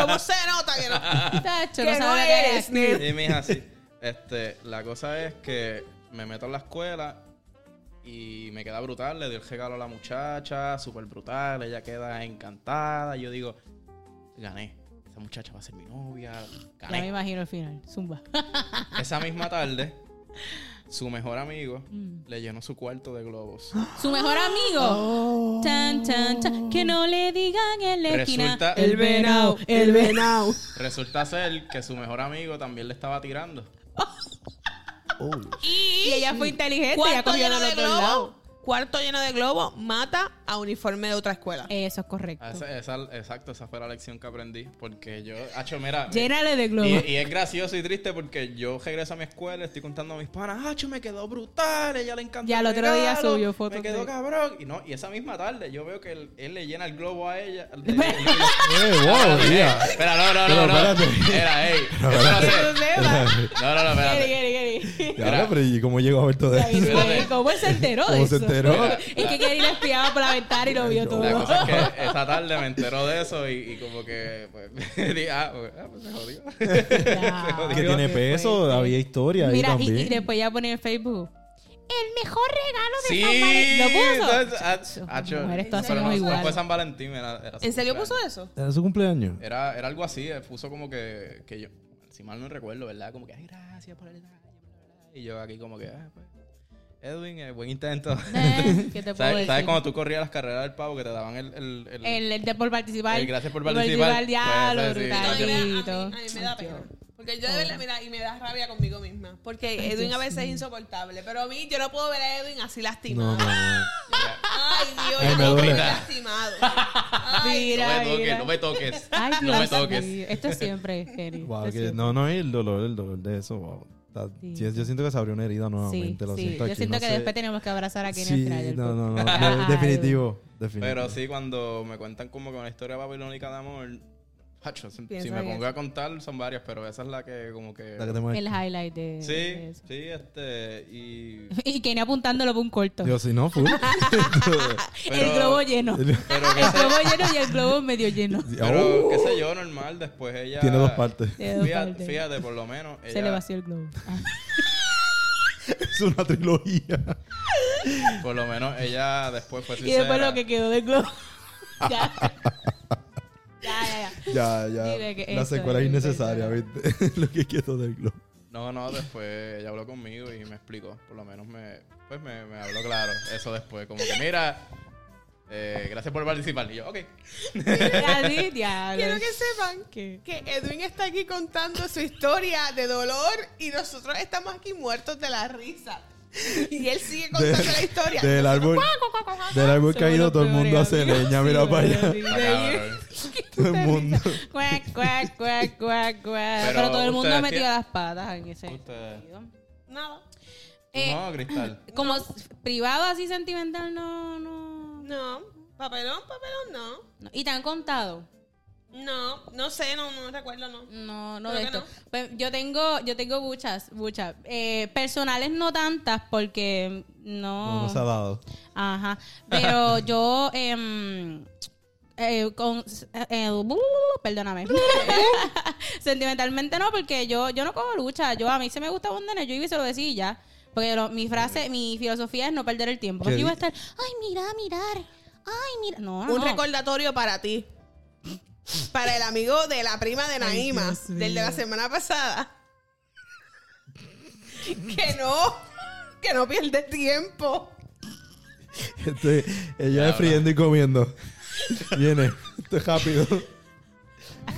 S3: ¿Cómo se nota que no?
S2: Tacho,
S3: que
S2: no
S3: no
S2: sabe lo que
S3: eres,
S2: es.
S3: nerd?
S1: Y me dijo así, este, la cosa es que me meto en la escuela y me queda brutal, le doy el regalo a la muchacha, súper brutal, ella queda encantada, y yo digo, gané, esa muchacha va a ser mi novia,
S2: Ya me
S1: gané.
S2: imagino el final. Zumba.
S1: Esa misma tarde, su mejor amigo
S2: Mm.
S1: le llenó su cuarto de globos.
S2: Su mejor amigo.
S1: Oh.
S2: Tan, tan, tan. Que no le digan en la esquina.
S1: Resulta-
S2: El Este venado.
S3: el venado.
S1: Resulta ser que su mejor amigo también le estaba tirando.
S4: Oh.
S2: Y ella fue inteligente. Ella
S3: Cuarto
S2: cogió
S3: lleno
S2: de
S3: de
S2: los dos lados.
S3: globo. Cuarto lleno de globo mata a uniforme de otra escuela.
S2: Eso es correcto.
S1: Ah, Esa- esa- exacto, esa fue la lección que aprendí. Porque yo, hacho, mira.
S2: Llénale de globo.
S1: Y, y es gracioso y triste porque yo regreso a mi escuela, estoy contando a mis panas, hacho, me quedó brutal, ella le encantó.
S2: Ya
S1: el
S2: al otro día
S1: regalo,
S2: subió fotos
S1: Me quedó
S2: de-
S1: cabrón. Y no, y esa misma tarde yo veo que él, él le llena el globo a ella.
S4: Eh, wow, tía.
S1: Espera, no, no, no,
S4: Pero
S1: no.
S4: espérate.
S1: Espera, ey. eso no
S2: Pero
S1: sé.
S2: sepa.
S1: No, no, no,
S2: Gary,
S1: espérate.
S2: Gary, Gary.
S4: Diablo, pero ¿y cómo llegó a ver todo
S2: Gary,
S4: eso?
S2: fue- ¿Cómo él se enteró de
S4: ¿Cómo se
S2: eso?
S4: enteró?
S2: Es que Gary le espiaba por la ventana y lo vio
S1: La
S2: todo.
S1: cosa es que esa tarde me entero de eso y, y como que pues, dije, ah, pues, ah, pues, me jodió.
S4: Que tiene peso, había historia ahí
S2: Mira, y,
S4: también.
S2: y después ya pone en Facebook. El mejor regalo de
S1: Sí,
S2: San Valentín. ¿Lo puso?
S1: entonces, ah, ah,
S2: Las mujeres
S1: pero
S2: todas somos
S1: no, no
S2: iguales.
S1: fue San Valentín, era, era su
S3: ¿En serio puso
S1: cumpleaños.
S3: eso?
S4: ¿Era su cumpleaños?
S1: Era, era algo así, eh, puso como que, que yo, si mal no recuerdo, ¿verdad? Como que, ay, gracias por el detalle, bla, bla, bla. Y yo aquí como que, ah, pues, Edwin, eh, buen intento.
S2: Eh, ¿Qué te puedo
S1: ¿Sabes,
S2: decir?
S1: sabes cuando tú corrías las carreras del pavo que te daban el... el, el-
S2: el, el de por participar.
S1: El Eh, gracias por participar.
S2: ya,
S1: Pues,
S2: lo
S1: ese sí,
S3: No,
S1: yo-
S3: y me da- a mí-
S2: brutalito.
S3: a mí me
S2: Ay,
S3: da pena.
S2: Dios.
S3: Porque yo de verdad, mira, y me da rabia conmigo misma. Porque Edwin a veces es insoportable. Pero a mí, yo no puedo ver a Edwin así
S4: No,
S3: lastimado.
S4: no, no.
S3: Ay, Dios,
S4: Ay, me
S3: yo no puedo
S4: duele.
S3: ver lastimado. Ay,
S1: No
S2: Mira,
S1: me toques,
S2: mira.
S1: no me toques.
S2: Ay,
S1: no me
S2: Dios
S1: toques.
S2: mío. Esto siempre es serio.
S4: Wow,
S2: Esto
S4: que,
S2: siempre.
S4: no, no, y el dolor, el dolor de eso, wow. Está-
S2: Sí.
S4: sí, yo siento que se abrió una herida
S2: Sí,
S4: nuevamente, lo
S2: sí.
S4: siento
S2: Yo
S4: aquí,
S2: siento
S4: no
S2: que
S4: sé.
S2: después tenemos que abrazar a Kenny
S4: Sí,
S2: Estrada.
S4: no, no, no,
S2: Ay,
S4: de- definitivo, definitivo.
S1: Pero sí, cuando me cuentan como que una historia babilónica de amor, hacho, si
S3: Piensa
S1: si me
S3: en
S1: pongo
S3: eso.
S1: a contar son varias, pero esa es la que como que...
S4: La que te mueve.
S2: El highlight de, de
S1: Sí,
S2: eso.
S1: sí, este, y...
S2: Y Kenny apuntándolo por un corto.
S4: Yo sí, no, full.
S2: el
S1: Pero-
S2: globo lleno. El
S1: Pero, que,
S2: globo lleno y el globo medio lleno.
S1: pero qué sé yo, normal, después ella...
S4: oh, Tiene dos partes.
S2: De dos
S1: Fíjate,
S2: partes.
S1: fíjate, por lo menos ella...
S2: Se le vació el globo. Ah.
S4: Es una trilogía.
S1: Por lo menos ella después fue
S2: Y
S1: sincera.
S2: después lo que quedó del globo. ya. ya, ya, ya.
S4: Ya, ya.
S2: Dime que
S4: La
S2: esto
S4: secuela es
S2: es
S4: innecesaria, ¿viste? Lo que quieto del globo.
S1: No, no, después ella habló conmigo y me explicó. Por lo menos me, pues me, me habló claro. Eso después, como que mira, eh, gracias por participar. Y yo, ok.
S2: Así, diablo.
S3: Quiero que sepan
S2: ¿Qué?
S3: que Edwin está aquí contando su historia de dolor y nosotros estamos aquí muertos de la risa. Y él sigue contando la historia.
S4: Del árbol, del árbol caído todo el mundo hace leña, mira para allá.
S2: allá.
S4: Todo el mundo.
S2: Cuac, cuac, cuac, cuac, cuac.
S1: Pero
S2: Pero, todo el mundo
S1: ustedes
S2: metió
S1: tienen-
S2: las patas en ese
S1: Ustedes.
S2: sentido.
S3: Nada.
S2: Eh,
S1: No, Cristal.
S2: Como s- privado así sentimental, no, no,
S3: No. Papelón, papelón, no.
S2: no. ¿Y te han contado?
S3: No, no sé, no, no recuerdo, no.
S2: No, no
S3: Creo
S2: de
S3: que
S2: esto. Pues yo tengo, yo tengo muchas, muchas. Eh, personales no tantas porque
S4: No
S2: no.
S4: nos ha dado.
S2: Ajá. Pero yo em, eh, con eh, bu- bu- bu- perdóname. Sentimentalmente no, porque yo, yo no cojo lucha. Yo a mí se me gusta Bondener, yo iba y se lo decía y ya. Porque lo- mi frase, mi filosofía es no perder el tiempo.
S4: ¿Qué
S2: Porque yo iba a
S4: di-
S2: estar, ay, mira, mirar. Ay, mira. No,
S3: Un
S2: no.
S3: recordatorio para ti. Para el amigo de la prima de Naima,
S4: Dios
S3: del de la
S4: mío.
S3: semana pasada. que no, que no pierdes tiempo.
S4: Este, ella es friendo y comiendo. Viene, esto es rápido.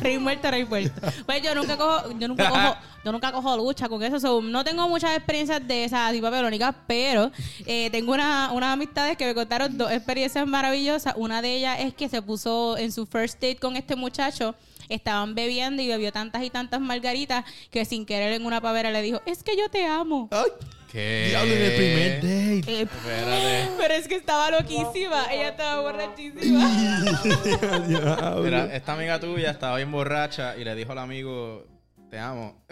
S2: Rey muerto, rey muerto. Pues yo nunca cojo, yo nunca cojo, yo nunca cojo lucha con eso. So, no tengo muchas experiencias de esas tipo pelónicas, pero eh, tengo una- unas amistades que me contaron dos experiencias maravillosas. Una de ellas es que se puso en su first date con este muchacho. Estaban bebiendo y bebió tantas y tantas margaritas que sin querer en una pavera le dijo, es que yo te amo.
S1: Eh,
S6: ¿Qué?
S4: Diablo, en el primer date.
S2: Eh,
S1: Espérate.
S2: pero es que estaba loquísima, ella estaba borrachísima.
S4: Diablo.
S1: Mira, esta amiga tuya estaba bien borracha y le dijo al amigo, te amo.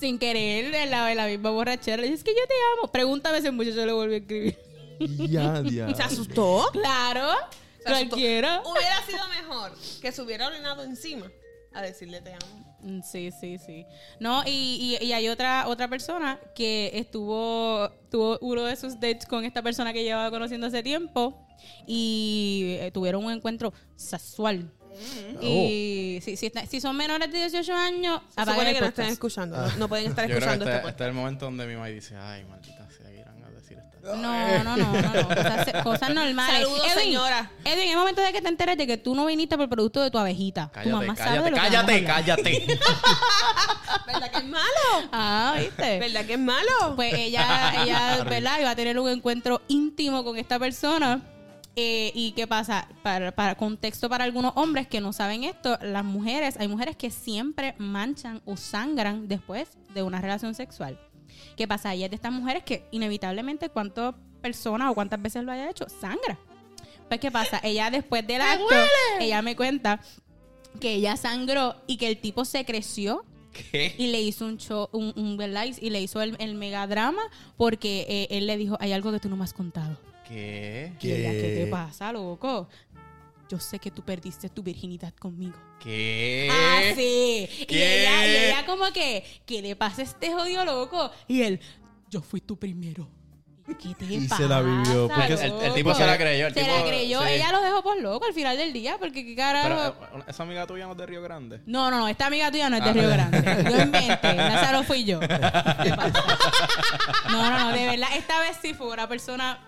S2: Sin querer, en la, en la misma borrachera, le dijo, es que yo te amo. Pregúntame si el muchacho le volvió a escribir.
S4: Ya, diablo.
S3: ¿Se asustó?
S2: Claro,
S3: Se asustó.
S2: cualquiera.
S3: Hubiera sido mejor que se hubiera orinado encima a decirle te amo.
S2: Mm, Sí, sí, sí. No, y, y- y hay otra otra persona que estuvo, tuvo uno de sus dates con esta persona que llevaba conociendo hace tiempo y eh, tuvieron un encuentro sexual. Y si, si está- si son menores de 18 años,
S3: Mm. Se
S2: apaguen el
S3: supone que no
S2: podcast.
S3: están escuchando. No, no pueden estar
S1: Ah. Yo creo que
S3: escuchando
S1: este,
S3: este
S1: este
S3: podcast.
S1: es el momento donde mi mamá dice, ay, maldita sea, que irán a decir esta.
S2: No, no, no, no, no. Cosas, cosas normales.
S3: Saludos, señora.
S2: Edwin, es momento de que te enteres de que tú no viniste por producto de tu abejita. tu mamá
S1: Cállate, cállate,
S2: sabe de lo que vamos a
S1: cállate,
S2: hablar.
S1: cállate.
S3: ¿Verdad que es malo?
S2: Ah, viste.
S3: ¿Verdad que es malo?
S2: Pues ella, ella ¿verdad? Iba a tener un encuentro íntimo con esta persona. Eh, ¿Y qué pasa? Para, para contexto para algunos hombres que no saben esto, las mujeres, hay mujeres que siempre manchan o sangran después de una relación sexual. ¿Qué pasa? Ella es de estas mujeres que inevitablemente cuántas personas o cuántas veces lo haya hecho, sangra. Pues ¿qué pasa? Ella después del acto, ella me cuenta que ella sangró y que el tipo se creció
S1: ¿Qué?
S2: y le hizo un show, un, un ¿verdad? y le hizo el, el megadrama porque eh, él le dijo, hay algo que tú no me has contado.
S1: ¿Qué?
S2: Y ella,
S4: ¿Qué?
S2: ¿Qué te pasa, loco? Yo sé que tú perdiste tu virginidad conmigo.
S1: ¿Qué?
S2: Ah, sí. Y
S1: ¿Qué?
S2: ella, y ella como que, ¿qué le pasa a este jodido loco? Y él, yo fui tu primero. ¿Qué te
S4: Y
S2: pasa?
S4: se la vivió, porque
S1: el- el tipo
S2: loco?
S1: se la creyó, el
S2: se
S1: tipo-
S2: la creyó.
S1: sí.
S2: Ella lo dejó por loco al final del día, porque qué
S1: Pero,
S2: carajo.
S1: eh, esa amiga tuya no es de Río Grande.
S2: No, no, no, esta amiga tuya no es de
S1: Ah.
S2: Río Grande. Yo inventé, Lázaro fui yo. No, no, no, de verdad, esta vez sí fue una persona,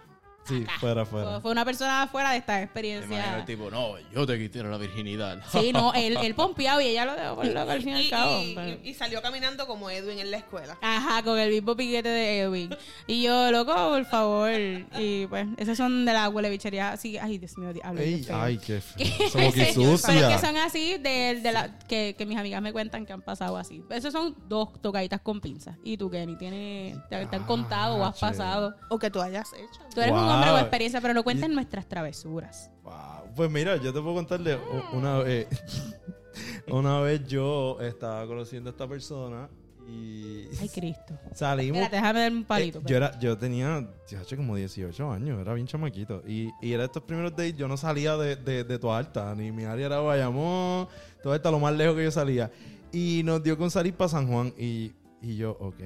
S4: Sí, fuera,
S2: fue
S4: fuera.
S2: fue una persona afuera de esta
S1: Me imagino el
S2: experiencia.
S1: tipo, no, yo te quité la virginidad.
S2: Sí, no, él, él pompeado y ella lo dejó por loco al fin y
S3: Y,
S2: pues, al cabo.
S3: y-
S2: pero-
S3: y salió caminando como Edwin en la escuela.
S2: Ajá, con el mismo piquete de Edwin. Y yo, loco, por favor. Y pues, esas son de la huelebichería así. Ay, Dios mío, diablo. qué
S4: Ey,
S2: feo.
S4: ay, qué feo.
S2: Pero
S4: Como que
S2: que
S4: sucia.
S2: son así de, de la, que, que mis amigas me cuentan que han pasado así. Esos son dos tocaditas con pinzas. Y tú, Kenny, tienes, te, te han contado o has
S4: Ah, che.
S2: pasado.
S3: O que tú hayas hecho.
S2: Tú eres un
S4: Wow.
S2: hombre con experiencia, pero no cuentes nuestras travesuras.
S4: Wow. Pues mira, yo te puedo contarle u- una vez. Una vez yo estaba conociendo a esta persona y
S2: Ay, Cristo.
S4: salimos.
S2: Espérate, déjame darme un palito.
S4: Eh, yo, era, yo tenía chacho, como 18 años, era bien chamaquito. Y, y era estos primeros dates, yo no salía de, de, de toda alta, ni mi área era Bayamón, todo hasta lo más lejos que yo salía. Y nos dio con salir para San Juan y, y yo, ok.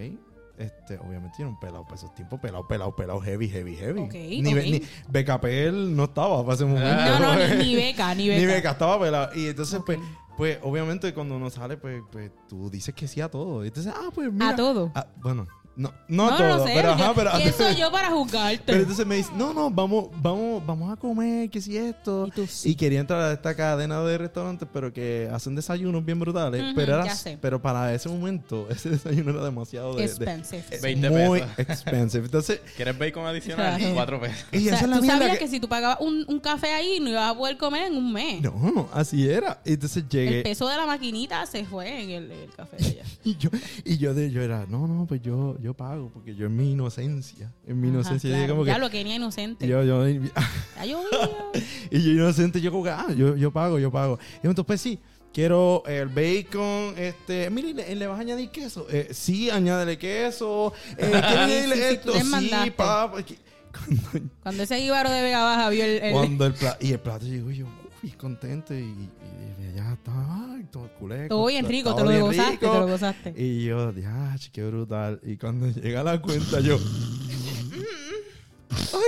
S4: Este, obviamente era un pelado para esos tiempos, pelado, pelado, pelado, heavy, heavy, heavy.
S2: Ok,
S4: ni,
S2: ok.
S4: Be, ni BKPL no estaba para ese momento.
S2: No, no, ni, ni beca, ni beca.
S4: Ni beca, estaba pelado. Y entonces, pues, pues, obviamente, cuando uno sale, pues, pues tú dices que sí a todo. Y entonces, ah, pues mira.
S2: A todo.
S4: Ah, bueno, No, no, todo,
S2: sé.
S4: pero
S2: yo-
S4: ajá, pero...
S2: ¿quién soy yo para juzgarte?
S4: Pero entonces me dice, no, no, vamos, vamos, vamos a comer, que si esto.
S2: Y tú,
S4: Y quería entrar a esta cadena de restaurantes, pero que hacen desayunos bien brutales.
S2: Ujú,
S4: pero,
S2: ya
S4: era,
S2: sé.
S4: pero para ese momento, ese desayuno era demasiado de, de-
S2: expensive.
S4: es
S1: 20
S4: muy
S1: pesos.
S4: expensive. Entonces,
S1: ¿Quieres bacon adicional?
S2: Claro.
S1: Cuatro pesos.
S4: y
S2: O sea,
S4: esa es la
S2: tú
S4: mierda
S2: sabías que...
S4: que-
S2: si tú pagabas un, un café ahí no ibas a poder comer en un mes.
S4: No, así era. Y entonces
S2: El
S4: llegué
S2: peso de la maquinita se fue en el, el café de allá.
S4: y yo, y yo, de, yo era, no, no, pues yo, yo pago, porque yo en mi inocencia, en mi inocencia,
S2: Ajá,
S4: llegué
S2: claro.
S4: como que...
S2: Ya lo Kenia inocente.
S4: y yo, yo,
S2: Ya llovió.
S4: Y yo inocente, yo como que, ah, yo, yo pago, yo pago. Y entonces, pues sí, quiero eh, el bacon, este, mire, ¿le, le vas a añadir queso? Eh, sí, añádele queso. Eh, ¿Quieres añadirle
S2: sí, sí,
S4: esto?
S2: tú les
S4: Sí,
S2: mandaste.
S4: papá. Es que- Cuando,
S2: Cuando ese íbaro de Vega Baja vio el... el-
S4: cuando el plato, y el plato llegó yo, uy, contento, y, y, y ya está, ay, todo culé.
S2: Todo bien rico, te
S4: estaba
S2: lo
S4: bien
S2: gozaste, te
S4: rico.
S2: lo gozaste.
S4: Y yo, ah, qué brutal. Y cuando llega la cuenta, yo,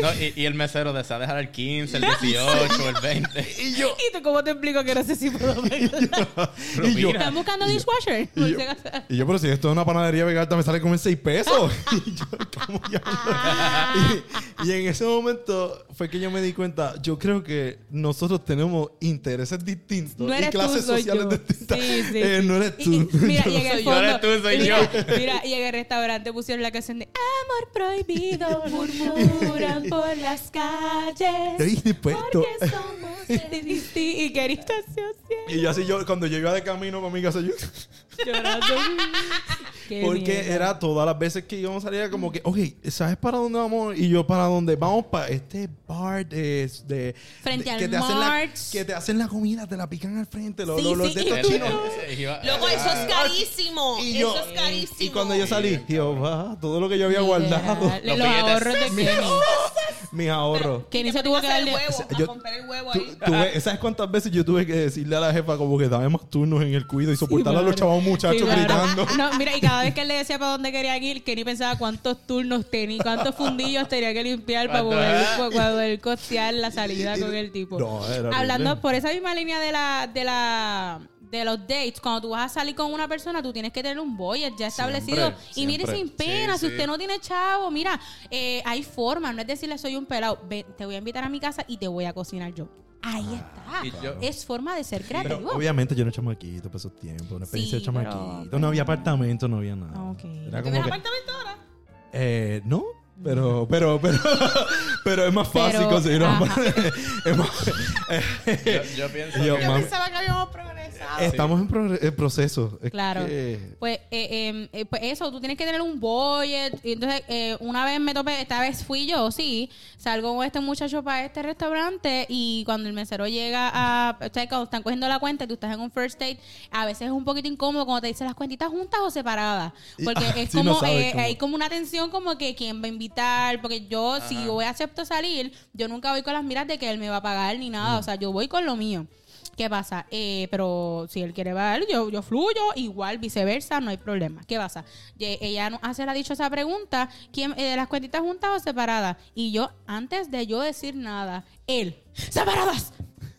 S1: No, y, y el mesero de esa dejar el 15, el 18, el 20.
S4: y yo,
S2: ¿Y tú cómo te explico que no sé si puedo pagar?
S4: y yo,
S1: Mira.
S2: ¿Están buscando dishwasher?
S4: Y yo, y yo, pero si esto es una panadería vegana, me sale como en 6 pesos. y yo, ¿cómo diablo? y, y en ese momento fue que yo me di cuenta, yo creo que nosotros tenemos intereses distintos
S2: No
S4: y
S2: eres
S4: clases
S2: tú, soy
S4: sociales
S2: yo.
S4: distintas.
S2: Sí, sí,
S4: Eh,
S2: sí.
S4: No eres
S2: Y-
S4: tú.
S2: y- mira,
S4: Yo no
S2: y en el
S4: soy-
S1: yo,
S2: fondo,
S1: eres tú, soy
S2: mira,
S1: yo.
S2: Mira, y en el restaurante pusieron la canción de Amor prohibido, murmuran por las calles.
S4: Y después esto-
S2: Porque somos de disti- y queridos
S4: Y yo así, yo, cuando yo iba de camino para mi casa, yo...
S2: llorando. Qué
S4: Porque
S2: mierda.
S4: era todas las veces que íbamos a salir, era como que, ok, ¿sabes para dónde vamos? Y yo, ¿para dónde? Vamos para este bar de. de-
S2: Frente
S4: de-
S2: al
S4: que te hacen la,
S2: March.
S4: que te hacen la comida, te la pican al frente, los,
S2: Sí,
S4: los, los
S2: sí,
S4: de estos
S2: y-
S4: chinos.
S1: Eh, iba-
S3: Loco, eso es carísimo.
S4: Ah, Y yo-
S3: eso es carísimo.
S4: Y cuando yo salí, yo, va, todo lo que yo había guardado,
S2: Literal,
S1: Los
S2: Los
S1: billetes.
S2: ahorros de Kenny.
S4: mis ahorros.
S2: Kenny se
S3: Te
S2: tuvo que
S3: pones a hacer
S2: darle.
S3: el huevo,
S4: o sea, yo-
S3: a comprar el huevo
S4: Tú-
S3: ahí.
S4: tuve- ¿Sabes cuántas veces yo tuve que decirle a la jefa como que dame más turnos en el cuido y soportar a los
S2: claro.
S4: chavos muchachos
S2: Sí, claro.
S4: gritando?
S2: No, mira, y cada vez que él le decía para dónde quería ir, Kenny pensaba cuántos turnos tenía, cuántos fundillos tenía que limpiar para
S1: ¿Cuánto?
S2: poder, para poder costear la salida con el tipo.
S4: No, era horrible.
S2: Hablando por esa misma línea de la, de la de los dates, cuando tú vas a salir con una persona, tú tienes que tener un budget ya establecido. y mire
S4: siempre.
S2: sin pena,
S1: Sí,
S2: si
S1: sí.
S2: usted no tiene chavo, mira, eh, hay forma, no es decirle soy un pelado, "Ven, te voy a invitar a mi casa y te voy a cocinar yo. Ahí
S1: y
S2: está.
S1: yo-
S2: Es forma de ser
S4: Ah, Pero
S2: creativo.
S4: obviamente yo era chamaquito para esos tiempos, una experiencia
S2: Sí,
S4: de
S2: pero-
S4: chamaquito. No había apartamento, no había nada.
S2: Ah, ok.
S4: Era
S3: ¿Tienes
S4: como que,
S3: apartamento ahora?
S4: eh, no, pero, pero, pero, pero es más fácil
S2: Mm. Pero,
S4: conseguir un
S2: ajá.
S4: apartamento. Es más-
S1: Yo, yo pienso
S4: Yo,
S1: que...
S3: Yo
S4: mami.
S3: pensaba que habíamos progresado.
S4: Estamos en, progre- en proceso. Es
S2: Claro.
S4: que-
S2: Pues, eh, eh, eh, pues eso, tú tienes que tener un budget. Y entonces, eh, una vez me topé, esta vez fui yo, sí, salgo con este muchacho para este restaurante y cuando el mesero llega a... O sea, cuando están cogiendo la cuenta y tú estás en un first date, a veces es un poquito incómodo cuando te dicen las cuentitas juntas o separadas.
S4: Y-
S2: Porque
S4: ah,
S2: es
S4: sí,
S2: como,
S4: no sabes
S2: eh,
S4: cómo.
S2: hay como una tensión como que quién va a invitar, porque yo, si yo voy, acepto salir, yo nunca voy con las miras de que él me va a pagar ni nada, o sea, yo voy con lo mío. ¿Qué pasa? Eh, pero si él quiere pagar, yo, yo fluyo, igual, viceversa, no hay problema. ¿Qué pasa? Ye- ella no- hace la dichosa pregunta, ¿quién, eh, de las cuentitas juntas o separadas? Y yo, antes de yo decir nada, él, separadas.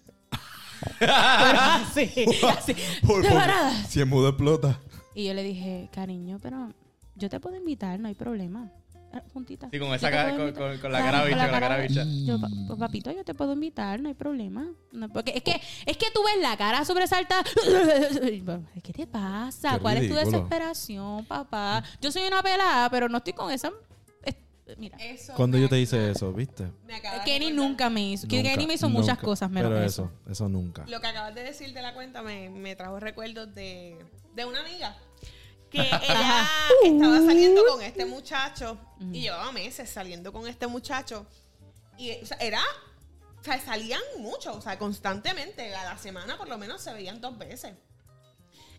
S2: Pero
S4: Ah,
S2: así, así,
S4: Por- por-
S2: separadas.
S4: si el mudo explota.
S2: Y yo le dije, cariño, pero yo te puedo invitar, no hay problema. Ah, Juntita.
S1: Sí, con
S2: Yo
S1: esa
S2: te
S1: ca-
S2: puedo
S1: con-
S2: invitar.
S1: con- con la
S2: Claro,
S1: cara bicha, con la cara bicha.
S2: Yo, pa-
S4: Mm.
S2: pues, papito, yo te puedo invitar, no hay problema. No, porque es que, es que tú ves la cara sobresaltada. ¿Qué te pasa?
S4: Qué
S2: ¿Cuál es tu
S4: ridículo.
S2: desesperación, papá? Yo soy una pelada, pero no estoy con esa. es- Mira.
S3: Eso
S4: Cuando yo te
S3: me-
S4: hice eso, ¿viste?
S3: me acabas de
S2: Kenny
S3: acordar.
S2: nunca me hizo.
S4: Nunca,
S2: Kenny me hizo
S4: nunca.
S2: muchas cosas menos
S4: Pero
S2: eso.
S4: eso, eso nunca.
S3: Lo que acabas de decir de la cuenta me, me trajo recuerdos de, de una amiga que ella estaba
S2: Uh.
S3: saliendo con este muchacho y llevaba meses saliendo con este muchacho. Y o sea, era. O sea, salían mucho, o sea, constantemente. A la semana por lo menos se veían dos veces.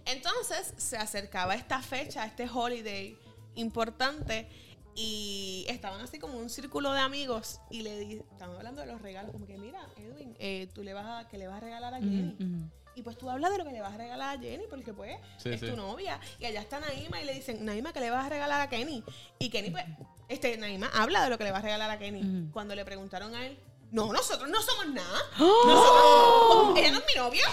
S3: Entonces se acercaba esta fecha, este holiday importante, y estaban así como un círculo de amigos y le di, estaban hablando de los regalos, como que mira, Edwin, eh, tú le vas a, que le vas a regalar a Jenny.
S2: Ujú, ujú.
S3: Y pues tú hablas de lo que le vas a regalar a Jenny, porque pues
S1: Sí,
S3: es
S1: sí.
S3: tu novia. Y allá está Naima y le dicen, Naima, ¿qué le vas a regalar a Kenny? Y Kenny, pues, este, Naima habla de lo que le va a regalar a Kenny.
S2: Ujú.
S3: Cuando le preguntaron a él, no, nosotros no somos nada.
S2: ¡Oh!
S3: Nosotros- ella no es mi novia.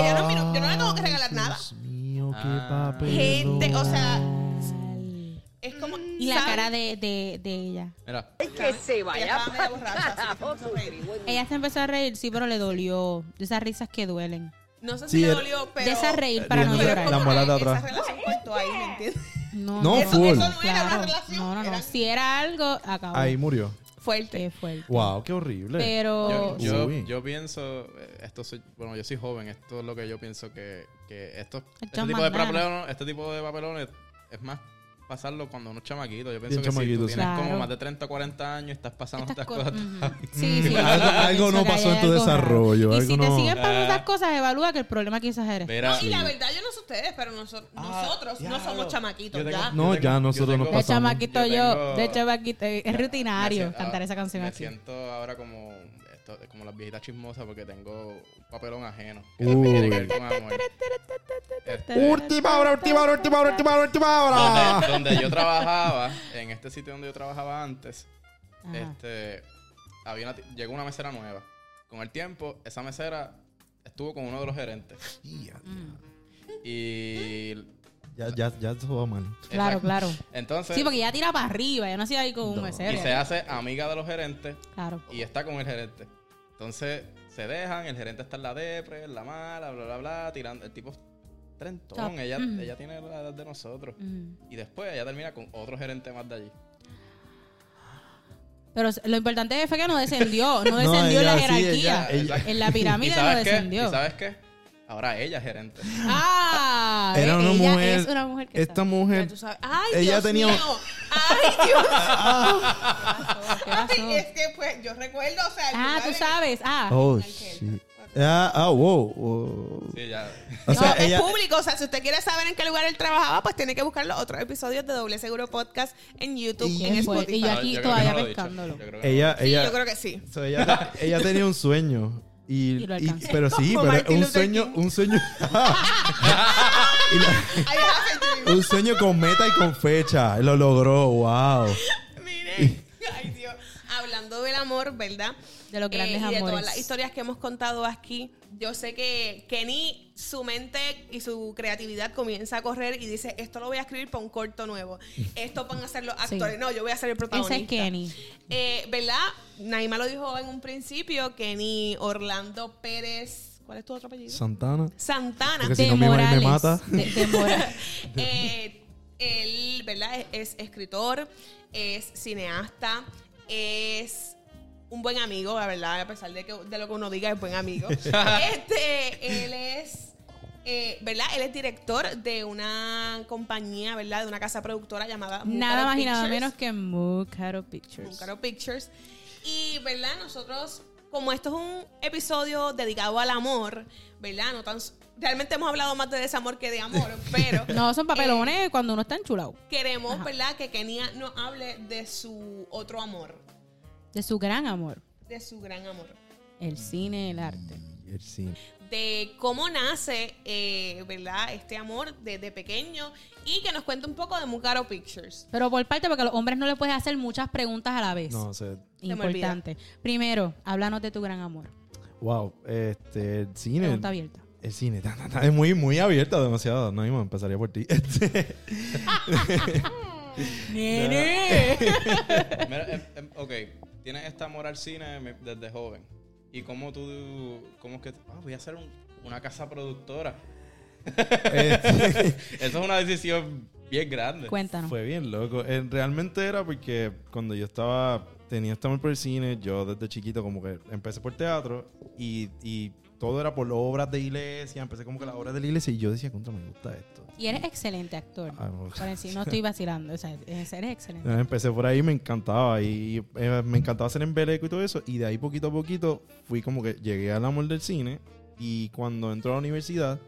S3: ella no es mi novia.
S4: Ah,
S3: Yo no le tengo que regalar
S4: Ay,
S3: nada.
S4: Dios mío, qué
S1: Ah.
S4: papel.
S3: Gente, o sea,
S2: Al-
S3: es como.
S2: Y la cara de, de, de ella.
S1: Mira,
S6: Que se
S3: Ella
S6: vaya
S3: estaba medio borracha, así que se puso a reír.
S2: Ella se empezó a reír, sí, pero le dolió. De esas risas que duelen.
S3: No sé
S4: Sí,
S3: si le
S4: era-
S3: dolió, pero.
S2: de esas reír para no
S4: Pero es
S2: llorar.
S4: como- La muela de atrás.
S3: Esa relación cortó ahí, ¿me entiendes?
S2: No,
S4: No,
S3: Eso,
S4: full.
S3: eso no era una
S2: claro.
S3: relación.
S2: No, no, no.
S3: era
S2: Si era algo, acabó.
S4: Ahí murió.
S3: Fuerte.
S2: Qué fuerte.
S4: Wow, qué horrible.
S1: yo,
S2: Pero.
S1: yo,
S4: Uy.
S1: yo pienso, eh, esto soy, bueno, yo soy joven, esto es lo que yo pienso que, que esto, este
S2: John
S1: tipo de
S2: Mandana.
S1: papelones, este tipo de papelones es más pasarlo cuando uno es chamaquito. Yo pienso que si
S4: chamaquito,
S1: tú
S4: sí.
S1: tienes como
S2: Claro.
S1: más de 30 o 40 años, estás pasando estas,
S2: Estas cosas.
S1: cosas.
S2: ujú. Sí, sí.
S4: Mm, algo- algo
S2: Pienso
S4: no
S2: que
S4: pasó en
S2: hay
S4: tu
S2: algo raro.
S4: desarrollo,
S2: Y
S4: algo
S2: si te
S4: no-
S2: siguen pasando esas
S1: Ah.
S2: cosas, evalúa que el problema quizás eres.
S1: Mira,
S3: Y la verdad, yo no sé ustedes, pero noso-
S4: Ah,
S3: nosotros no somos chamaquitos ya.
S4: No, ya, nosotros no
S2: De
S4: pasamos.
S2: chamaquito
S1: Yo
S2: yo,
S1: tengo-
S2: de chamaquito, es
S1: Ya,
S2: rutinario
S1: me sien-
S2: cantar
S1: ah,
S2: esa canción
S1: me
S2: aquí.
S1: siento ahora como, esto- como las viejitas chismosas porque tengo un papelón ajeno. Este,
S4: Uy.
S2: Última hora, última hora, última hora, última hora.
S1: Donde, donde yo trabajaba, en este sitio donde yo trabajaba antes, este, había una ti- llegó una mesera nueva. Con el tiempo, esa mesera estuvo con uno de los gerentes.
S2: Mm.
S1: Y.
S4: Ya, ya, ya todo va mal.
S2: Claro,
S1: exacto.
S2: claro.
S1: Entonces,
S2: Sí, porque ya tira para arriba, ya no hacía ahí con un
S4: No.
S1: y
S2: mesero.
S1: se hace amiga de los gerentes
S2: Claro.
S1: y está con el gerente. Entonces, se dejan, el gerente está en la depre, en la mala, bla, bla, bla, tirando. El tipo es trentón,
S2: Top.
S1: ella,
S2: Ujú.
S1: ella tiene la edad de nosotros.
S2: Mm.
S1: Y después ella termina con otro gerente más de allí.
S2: Pero lo importante fue que no descendió, no descendió en
S4: ella
S2: la
S4: sí,
S2: jerarquía.
S4: ella-
S2: En la
S1: ¿Y
S2: pirámide no
S1: sabes qué?
S2: descendió.
S1: ¿Y sabes qué? Ahora ella es gerente.
S2: Ah,
S4: Era una
S2: ella
S4: mujer.
S2: es una mujer que
S4: Esta
S2: sabe.
S3: Ya
S4: mujer.
S3: tú sabes. Ay,
S4: Em, Ella
S3: Dios
S4: tenía-
S3: mío. Ay, Dios
S2: ¿Qué pasó?
S3: Ay, es que pues yo recuerdo, o sea, el
S2: Ah,
S3: lugar
S2: tú
S3: en-
S2: sabes. Ah,
S4: Oh, shit. Ah, ah, wow. wow.
S1: Sí, ya.
S4: O sea,
S3: no,
S4: ella.
S3: es público, o sea, si usted quiere saber en qué lugar él trabajaba, pues tiene que buscar los otros episodios de Doble Seguro Podcast en YouTube,
S4: Y
S3: en
S2: qué fuerte.
S3: Spotify.
S2: Y yo aquí
S1: creo que
S2: todavía
S1: lo he
S2: pescándolo.
S1: dicho. Yo creo que no.
S4: Ella,
S3: Sí,
S4: ella,
S3: yo creo que sí.
S4: so, ella, ella tenía un sueño. Y,
S2: Y lo
S4: y-
S2: alcanzó.
S4: pero sí,
S3: Como
S4: pero
S3: Martin
S4: un
S3: Luther
S4: sueño,
S3: King.
S4: un sueño.
S3: I have a dream.
S4: un sueño con meta y con fecha. Lo logró, wow.
S3: Mire, ay Dios. Hablando del amor, ¿verdad? Eh,
S2: De los grandes
S3: y de
S2: amores.
S3: todas las historias que hemos contado aquí, yo sé que Kenny, su mente y su creatividad comienza a correr y dice, esto lo voy a escribir para un corto nuevo. Esto van a ser los actores. No, yo voy a ser el protagonista.
S2: ese es Kenny.
S3: Eh, ¿Verdad? Naima lo dijo en un principio, Kenny Orlando Pérez. ¿Cuál es tu otro apellido?
S4: Santana.
S3: Santana.
S4: Porque si no, mi madre me
S2: Morales.
S4: mata.
S2: De, de Mora-
S3: Eh, él, ¿verdad? Es, es escritor, es cineasta, es un buen amigo, la verdad, a pesar de, que, de lo que uno diga, es buen amigo. este, él es, eh, ¿verdad? Él es director de una compañía, ¿verdad? De una casa productora llamada
S2: nada
S3: Mucaro
S2: más y nada
S3: Pictures.
S2: menos que Mucaro Pictures.
S3: Mucaro Pictures. Y, ¿verdad? Nosotros, como esto es un episodio dedicado al amor, ¿verdad? No tan, realmente hemos hablado más de desamor que de amor, pero...
S2: No, son papelones cuando uno está enchulado.
S3: Queremos, ¿verdad? Que Kenia nos hable de su otro amor,
S2: De su gran amor.
S3: de su gran amor,
S2: El cine, el arte.
S4: Y el cine.
S3: de cómo nace, eh, ¿verdad? Este amor desde pequeño y que nos cuente un poco de Mucaro Pictures.
S2: Pero por parte, porque a los hombres no le puedes hacer muchas preguntas a la vez.
S4: No, o sea,
S3: me
S2: Importante. Primero, háblanos de tu gran amor.
S4: wow. Este, el cine.
S2: Pregunta abierta.
S4: El cine, ta, ta, ta, es muy, muy abierta, demasiado. No, Ima, empezaría por ti. Este,
S1: Mira, em, em, ok, tienes este amor al cine me- desde joven. ¿Y cómo tú, cómo es que, ah, voy a hacer un- una casa productora?
S4: Eh,
S1: Eso es una decisión bien grande.
S2: Cuéntanos.
S4: fue bien loco. Eh, realmente era porque cuando yo estaba, tenía este amor por el cine, yo desde chiquito como que empecé por teatro y, y todo era por obras de iglesia. Empecé como que las obras de la iglesia y yo decía, contra, me gusta esto.
S2: Y eres excelente actor.
S4: Ah, no.
S2: Por encima, no estoy vacilando. O sea, eres excelente.
S4: Entonces, Empecé por ahí, me encantaba. Y eh, me encantaba hacer embeleco y todo eso. Y de ahí poquito a poquito fui como que llegué al amor del cine. Y cuando entré a la universidad,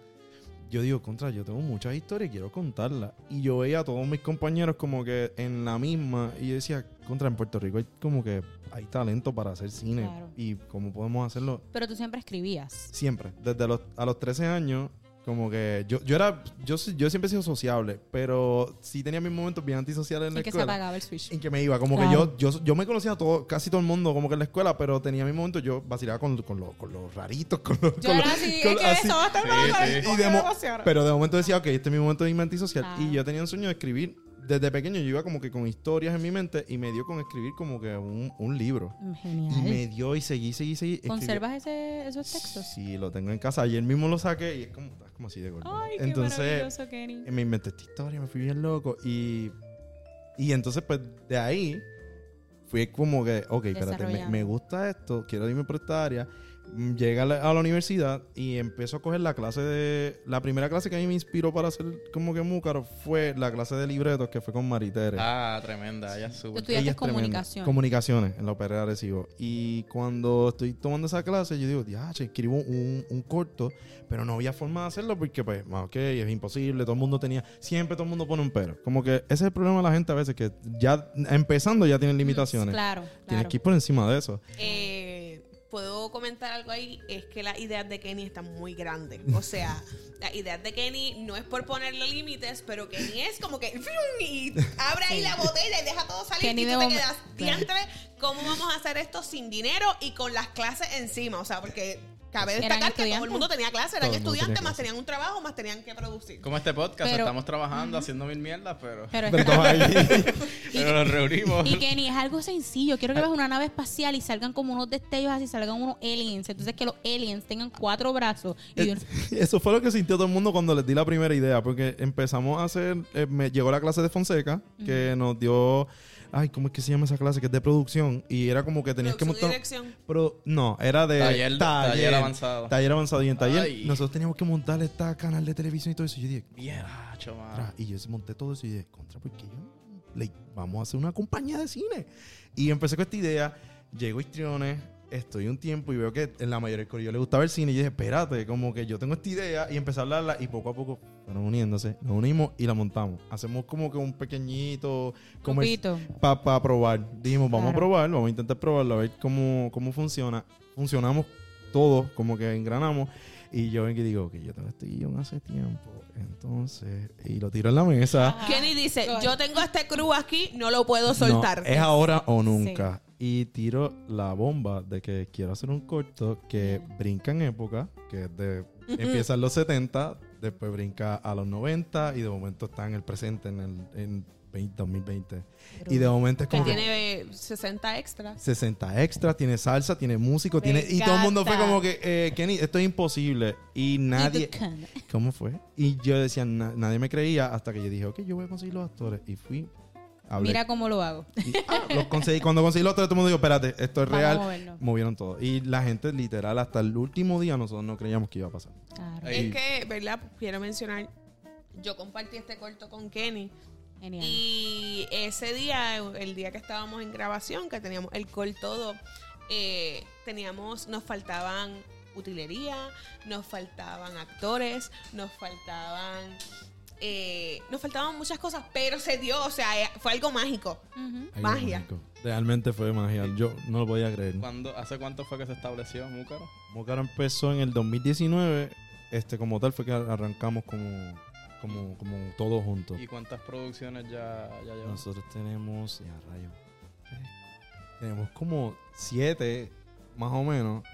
S4: yo digo, contra, yo tengo muchas historias y quiero contarlas. Y yo veía a todos mis compañeros como que en la misma. Y yo decía, contra, en Puerto Rico hay como que hay talento para hacer cine.
S2: Claro.
S4: Y cómo podemos hacerlo
S2: Pero tú siempre escribías.
S4: siempre. Desde los, a los 13 años, como que yo, yo era, yo, yo siempre he sido sociable, pero sí tenía mis momentos bien antisociales en la
S2: Y que se
S4: escuela
S2: apagaba el switch.
S4: en que me iba. Como
S2: Claro.
S4: que yo, yo, yo me conocía a todo, casi todo el mundo, como que en la escuela, pero tenía mi momento, yo vacilaba con, con, los- con los raritos, con los.
S2: Yo
S4: con
S2: era
S4: los-
S2: así,
S4: con
S2: es que
S4: así.
S2: eso va a estar
S1: Sí,
S2: mal.
S1: sí.
S4: Y de mo- pero de momento decía, ok, este es mi momento de mi antisocial.
S2: Ah.
S4: Y yo tenía un sueño de escribir. desde pequeño yo iba como que con historias en mi mente y me dio con escribir como que un, un libro. Y
S2: Genial.
S4: me dio y seguí, seguí, seguí. escribí-
S2: ¿Conservas ese, esos textos?
S4: Sí, lo tengo en casa. Ayer mismo lo saqué y es como, es como así de gordo.
S2: Ay, qué
S4: Entonces,
S2: maravilloso, Kenny.
S4: me inventé esta historia, me fui bien loco. Y, y entonces, pues, de ahí fui como que, ok, espérate, me,
S2: Desarrollando.
S4: me gusta esto, quiero irme por esta área. Mm, Llegué a la, a la universidad y empiezo a coger la clase de... La primera clase que a mí me inspiró para hacer como que múcaro fue la clase de libretos que fue con Maritere.
S1: Ah, tremenda, ella es
S2: Tú
S1: súper.
S2: estudiaste
S4: Ella es tremenda.
S2: comunicación.
S4: Comunicaciones en la Operaria de Arecibo. Y cuando estoy tomando esa clase, yo digo, ya, che, escribo un, un corto, pero no había forma de hacerlo porque, pues, ma, ok, es imposible. Todo el mundo tenía, siempre todo el mundo pone un pero. Como que ese es el problema de la gente a veces, que ya empezando ya tienen
S2: Mm,
S4: limitaciones.
S2: Claro,
S4: Tienes
S2: claro.
S4: que ir por encima de eso.
S3: Eh, Puedo comentar algo ahí, es que las ideas de Kenny están muy grandes. O sea, las ideas de Kenny no es por ponerle límites, pero Kenny es como que ¡fium! y abre ahí la botella y deja todo salir
S2: Kenny
S3: y
S2: de
S3: tú te
S2: bomba-
S3: quedas
S2: Claro.
S3: diantre. ¿Cómo vamos a hacer esto sin dinero y con las clases encima? O sea, porque cabe
S2: Eran
S3: destacar que todo el
S2: estudiantes.
S3: mundo tenía clases, eran
S4: Todo el mundo tenía
S3: estudiantes, más
S4: clases.
S3: tenían un trabajo, más tenían que producir.
S1: Como este podcast,
S2: Pero-
S1: estamos trabajando, haciendo mil mierdas, pero,
S2: Pero
S4: Pero toma ahí.
S1: pero nos reunimos.
S2: Y Kenny, es algo sencillo. Quiero
S4: Ah.
S2: que veas una nave espacial y salgan como unos destellos así, salgan unos aliens. Entonces que los aliens tengan cuatro brazos. Y un-
S4: Eso fue lo que sintió todo el mundo cuando les di la primera idea, porque empezamos a hacer, eh, me llegó la clase de Fonseca, que nos dio, ay, ¿cómo es que se llama esa clase? Que es de producción, y era como que tenías que
S3: Producción y
S4: montar...
S3: dirección.
S4: Pero no, era de
S1: Taller- taller avanzado.
S4: Taller avanzado. Y en taller
S1: Ay.
S4: nosotros teníamos que montar este canal de televisión y todo eso. Y yo dije,
S1: Bien, ah, choma.
S4: "Contra". y yo monté todo eso y dije, contra, ¿por qué yo no le- vamos a hacer una compañía de cine? Y empecé con esta idea, llego a Histriones, estoy un tiempo y veo que en la mayoría del corillo le gustaba el cine. Y yo dije, espérate, como que yo tengo esta idea y empecé a hablarla y poco a poco fueron uniéndose. Nos unimos y la montamos. Hacemos como que un pequeñito comercial
S2: Grupito.
S4: para probar. Dijimos, vamos
S2: Claro.
S4: a probar, vamos a intentar probarlo, a ver cómo, cómo funciona. Funcionamos todos, como que engranamos. Y yo vengo y digo, que yo tengo este guión hace tiempo. Entonces, y lo tiro en la mesa.
S2: Ah,
S3: Kenny dice,
S2: God.
S3: yo tengo este crew aquí, no lo puedo
S4: No,
S3: soltar.
S4: es ahora o nunca. Y tiro la bomba de que quiero hacer un corto que brinca en época, que es de, empieza en los 70, después brinca a los 90 y de momento está en el presente, en el en 20, 2020. Y de momento es
S3: Que
S4: como... que-
S3: tiene eh, 60 extras.
S4: 60 extras, tiene salsa, tiene músico,
S2: Me
S4: tiene. Y todo el mundo fue
S2: encanta.
S4: como que, eh, Kenny, esto es imposible. Y nadie. ¿Cómo fue? Y yo decía, na- nadie me creía hasta que yo dije, ok, yo voy a conseguir los actores. Y fui. Hablé.
S2: Mira cómo lo hago.
S4: y, ah, los conseguí. Cuando conseguí los actores, todo el mundo dijo, espérate, esto es
S2: Vamos a
S4: real.
S2: movernos.
S4: Movieron todo. Y la gente, literal, hasta el último día, nosotros no creíamos que iba a pasar.
S2: Claro.
S1: Ahí.
S3: Es que, ¿verdad? Quiero mencionar, yo compartí este corto con Kenny
S2: Genial.
S3: y ese día, el día que estábamos en grabación, que teníamos el corto todo, eh, teníamos, nos faltaban utilería, nos faltaban actores, nos faltaban... eh, nos faltaban muchas cosas, pero se dio, o sea, eh, fue algo mágico.
S2: Ujú.
S4: Algo
S3: Magia.
S4: mágico. Realmente fue magia. Yo no lo podía creer.
S1: ¿Cuándo- ¿Hace cuánto fue que se estableció Múcaro?
S4: Mocaro empezó en el 2019. Este, como tal, fue que arrancamos como, como, como todos juntos.
S1: ¿Y cuántas producciones ya, ya llevó?
S4: Nosotros tenemos, ya rayo, tenemos como siete, más o menos,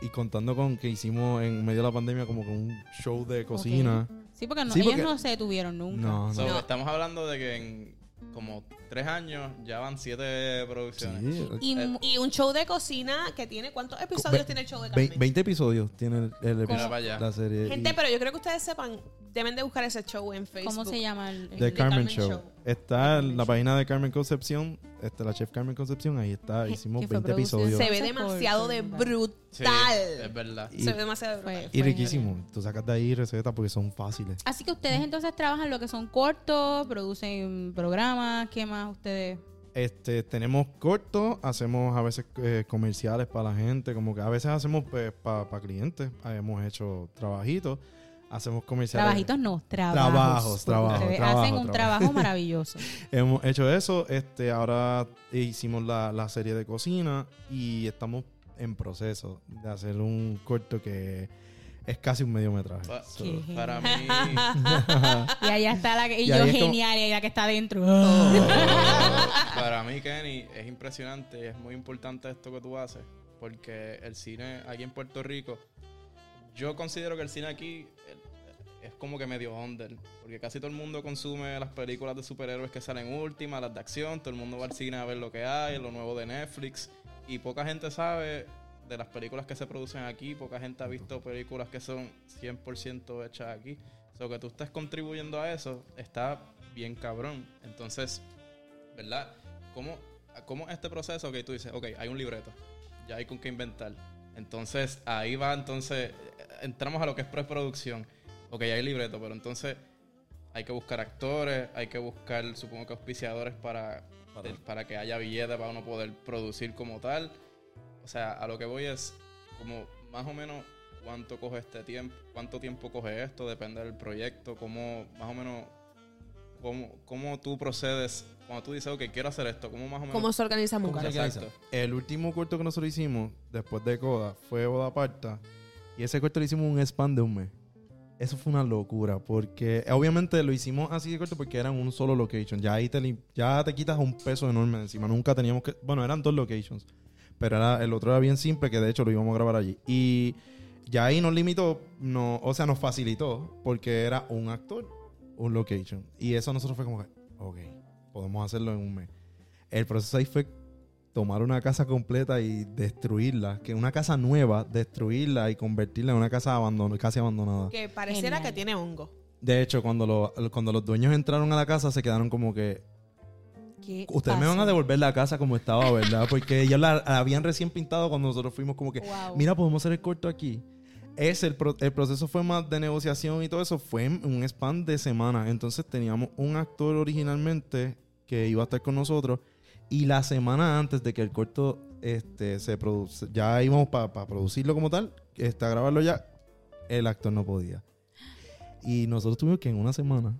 S4: y contando con que hicimos en medio de la pandemia como que un show de cocina.
S2: Sí, porque, no-
S4: Sí, porque-
S2: ellos no se detuvieron nunca.
S4: No, no.
S1: So,
S3: No.
S1: Estamos hablando de que en como tres años ya van siete
S4: Sí,
S1: producciones.
S2: Y
S1: Eh,
S2: mu-
S3: Y un show de cocina que tiene, ¿cuántos episodios
S4: Ve-
S3: tiene el show de
S4: ve-
S3: Carmen?
S4: 20 episodios tiene el, el
S1: Mira
S4: episodio,
S1: para allá.
S4: la serie.
S3: Gente,
S4: y-
S3: pero yo creo que ustedes sepan, deben de buscar ese show en Facebook.
S2: ¿Cómo se llama? El,
S4: The
S2: el-
S4: Carmen,
S3: Carmen
S4: Show.
S3: Show.
S4: Está en la página de Carmen Concepción, este, la chef Carmen Concepción, ahí está,
S2: Que-
S4: hicimos
S2: que fue
S4: 20
S2: producido-
S4: episodios.
S3: Se ve
S2: Ese
S3: demasiado
S2: corto,
S3: de
S2: ¿verdad?
S1: Sí, es
S3: brutal.
S1: verdad.
S4: Y-
S3: se ve demasiado de
S2: Fue-
S3: brutal.
S4: Y
S2: fue
S4: riquísimo. Tú sacas de ahí recetas porque son fáciles.
S2: Así que ustedes entonces trabajan lo que son cortos, producen programas, ¿qué más ustedes?
S4: Este, tenemos cortos, hacemos a veces eh, comerciales para la gente, como que a veces hacemos para clientes, hemos hecho trabajitos, hacemos comerciales.
S2: Trabajitos no, trabajos. porque
S4: Trabajos, trabajos,
S2: Ustedes
S4: trabajos,
S2: hacen un
S4: trabajos.
S2: trabajo maravilloso.
S4: Hemos hecho eso, este, ahora hicimos la, la serie de cocina y estamos en proceso de hacer un corto que es casi un mediometraje.
S1: Pa-
S4: So,
S2: ¿Qué?
S1: para mí,
S2: Y allá está la que, y,
S4: Y
S2: yo
S4: ahí es como- Oh.
S2: genial, y la que está adentro.
S1: para mí, Kenny, es impresionante y es muy importante esto que tú haces. Porque el cine aquí en Puerto Rico, yo considero que el cine aquí eh, es como que medio under. Porque casi todo el mundo consume las películas de superhéroes que salen últimas, las de acción. Todo el mundo va al cine a ver lo que hay, lo nuevo de Netflix. Y poca gente sabe de las películas que se producen aquí. Poca gente ha visto películas que son 100% hechas aquí. O que tú estés contribuyendo a eso está bien cabrón. Entonces, ¿verdad? ¿Cómo, cómo es este proceso? Ok, tú dices, ok, hay un libreto. Ya hay con qué inventar. Entonces, ahí va, entonces, eh, entramos a lo que es preproducción. Ok, hay libreto, pero entonces hay que buscar actores, hay que buscar, supongo que auspiciadores para,
S4: Para-
S1: del- para que haya billetes para uno poder producir como tal. O sea, a lo que voy es como más o menos cuánto coge este tiempo, cuánto tiempo coge esto, depende del proyecto, cómo más o menos cómo, cómo tú procedes cuando tú dices, ok, quiero hacer esto, cómo más o menos
S3: ¿Cómo se organiza Muca?
S1: se
S4: Exacto.
S1: organiza?
S4: El último corto que nosotros hicimos después de Coda fue Boda Parta. Y ese corto lo hicimos un span de un mes. Eso fue una locura porque eh, obviamente lo hicimos así de corto porque eran un solo location. Ya ahí te, lim- ya te quitas un peso enorme de encima. Nunca teníamos que... Bueno, eran dos locations. Pero era, el otro era bien simple que de hecho lo íbamos a grabar allí. Y ya ahí nos limitó, no, o sea, nos facilitó porque era un actor, un location. Y eso nosotros fue como que, ok, podemos hacerlo en un mes. El proceso ahí fue tomar una casa completa y destruirla, que una casa nueva, destruirla y convertirla en una casa abandon- casi abandonada.
S3: Que pareciera
S2: Genial.
S3: que tiene hongo.
S4: De hecho, cuando, lo- cuando los dueños entraron a la casa se quedaron como que,
S2: ¿Qué
S4: ustedes me van
S2: pasó?
S4: a devolver la casa como estaba, ¿verdad? Porque ellos la, la habían recién pintado cuando nosotros fuimos como que,
S2: Wow.
S4: mira, podemos hacer el corto aquí. Es el, pro- el proceso fue más de negociación y todo eso, fue en un span de semanas. Entonces teníamos un actor originalmente que iba a estar con nosotros y la semana antes de que el corto este, se produce, ya íbamos para producirlo como tal, este, a grabarlo ya, el actor no podía. Y nosotros tuvimos que en una semana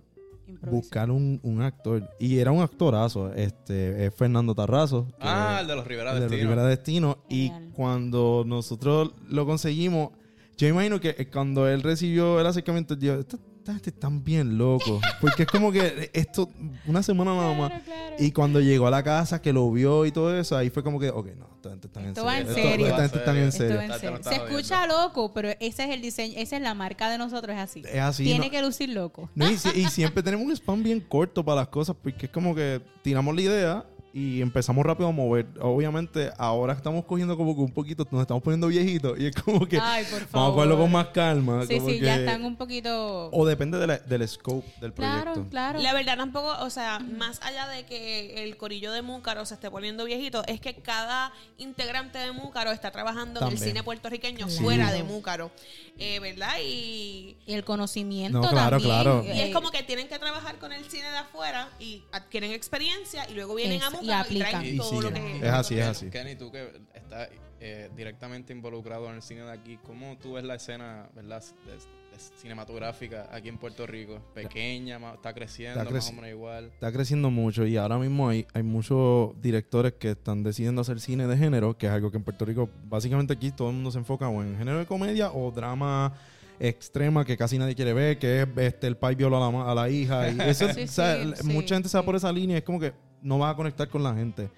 S2: Improviso.
S4: buscar un, un actor. Y era un actorazo, este, es Fernando Tarrazo. que-
S1: Ah, el de los Rivera
S4: de los
S1: Destino.
S4: Rivera Destino.
S2: Genial.
S4: Y cuando nosotros lo conseguimos, yo imagino que eh, cuando él recibió el acercamiento, él dijo, esta esta gente están bien loco. Porque es como que esto, una semana nada más.
S2: Claro, claro.
S4: Y cuando llegó a la casa, que lo vio y todo eso, ahí fue como que, ok, no, esta gente está en
S2: Esto va
S4: serio.
S2: en
S4: Esto-
S2: serio.
S4: Esta gente está en
S2: Esto
S4: serio.
S2: en
S1: Tato
S2: serio.
S1: no
S2: Se
S1: estaba
S2: escucha loco, pero ese es el diseño, esa es la marca de nosotros, es así.
S4: Es así.
S2: Tiene
S4: ¿no?
S2: que lucir loco.
S4: No, y, si- y siempre tenemos un spam bien corto para las cosas, porque es como que tiramos la idea y empezamos rápido a mover. Obviamente, ahora estamos cogiendo como que un poquito, nos estamos poniendo viejitos y es como que
S2: Ay, por favor.
S4: vamos a cogerlo con más calma.
S2: Sí,
S4: como
S2: sí, ya
S4: que-
S2: están un poquito.
S4: O depende de la- del scope del
S2: claro,
S4: proyecto.
S2: claro.
S3: La verdad tampoco, o sea, más allá de que el corillo de Múcaro se esté poniendo viejito, es que cada integrante de Múcaro está trabajando en
S4: También.
S3: el cine puertorriqueño
S4: Sí.
S3: fuera de Múcaro, eh, ¿verdad? Y,
S2: Y el conocimiento
S4: No, claro,
S2: también.
S4: claro.
S3: y
S2: Eh.
S3: es como que tienen que trabajar con el cine de afuera y adquieren experiencia y luego vienen
S2: Es- y
S3: a Múcaro y,
S2: aplican.
S3: traen
S4: Y
S3: todo lo
S4: siguen.
S3: que...
S4: Es así, es así.
S1: Kenny, tú que estás eh, directamente involucrado en el cine de aquí, ¿cómo tú ves la escena, verdad, de- de cinematográfica aquí en Puerto Rico? Pequeña, ma- está creciendo,
S4: Está
S1: más o
S4: creci-
S1: menos igual.
S4: Está creciendo mucho y ahora mismo hay, hay muchos directores que están decidiendo hacer cine de género, que es algo que en Puerto Rico, básicamente aquí todo el mundo se enfoca o en género de comedia o drama extrema que casi nadie quiere ver, que es este, el pai violó a la, ma- a la hija. Y eso,
S2: Sí,
S4: o sea,
S2: sí,
S4: el-
S2: sí,
S4: mucha gente se va
S2: sí.
S4: por esa línea, es como que no vas a conectar con la gente.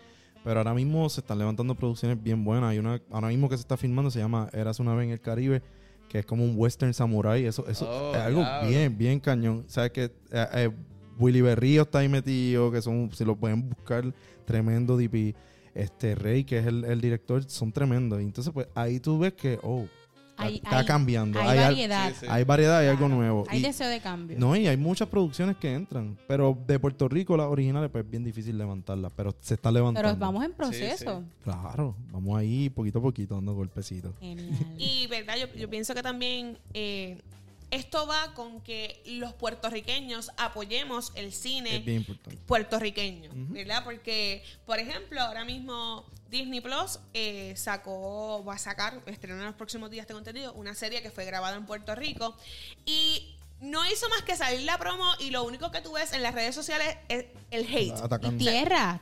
S4: Pero ahora mismo se están levantando producciones bien buenas. Hay una ahora mismo que se está filmando, se llama Eras una vez en el Caribe, que es como un western samurai. Eso, eso
S1: Oh,
S4: es algo
S1: diablo.
S4: bien, bien cañón. Sabes que eh, eh, Willy Berrío está ahí metido, que son, si lo pueden buscar, tremendo DP. Este Rey, que es el, el director, son tremendos. Y entonces, pues ahí tú ves que, oh,
S2: Hay-
S4: está
S2: hay-
S4: cambiando.
S2: hay
S4: Hay, al-
S2: variedad.
S1: Sí, sí.
S4: hay variedad, hay algo
S2: Claro.
S4: nuevo.
S2: Hay
S4: Y-
S2: deseo de cambio.
S4: no, y hay muchas producciones que entran. Pero de Puerto Rico, las originales, pues es bien difícil levantarlas. Pero se está levantando.
S2: Pero vamos en proceso.
S4: Claro, vamos ahí poquito a poquito dando golpecitos.
S2: Genial.
S3: Y, ¿verdad? Yo, yo pienso que también eh, esto va con que los puertorriqueños apoyemos el cine.
S4: Es bien importante.
S3: puertorriqueño, ¿verdad? Porque, por ejemplo, ahora mismo Disney Plus eh, sacó, va a sacar, estrenó en los próximos días, tengo entendido, una serie que fue grabada en Puerto Rico y no hizo más que salir la promo y lo único que tú ves en las redes sociales es el hate.
S2: Y
S4: Atacando.
S2: tierra.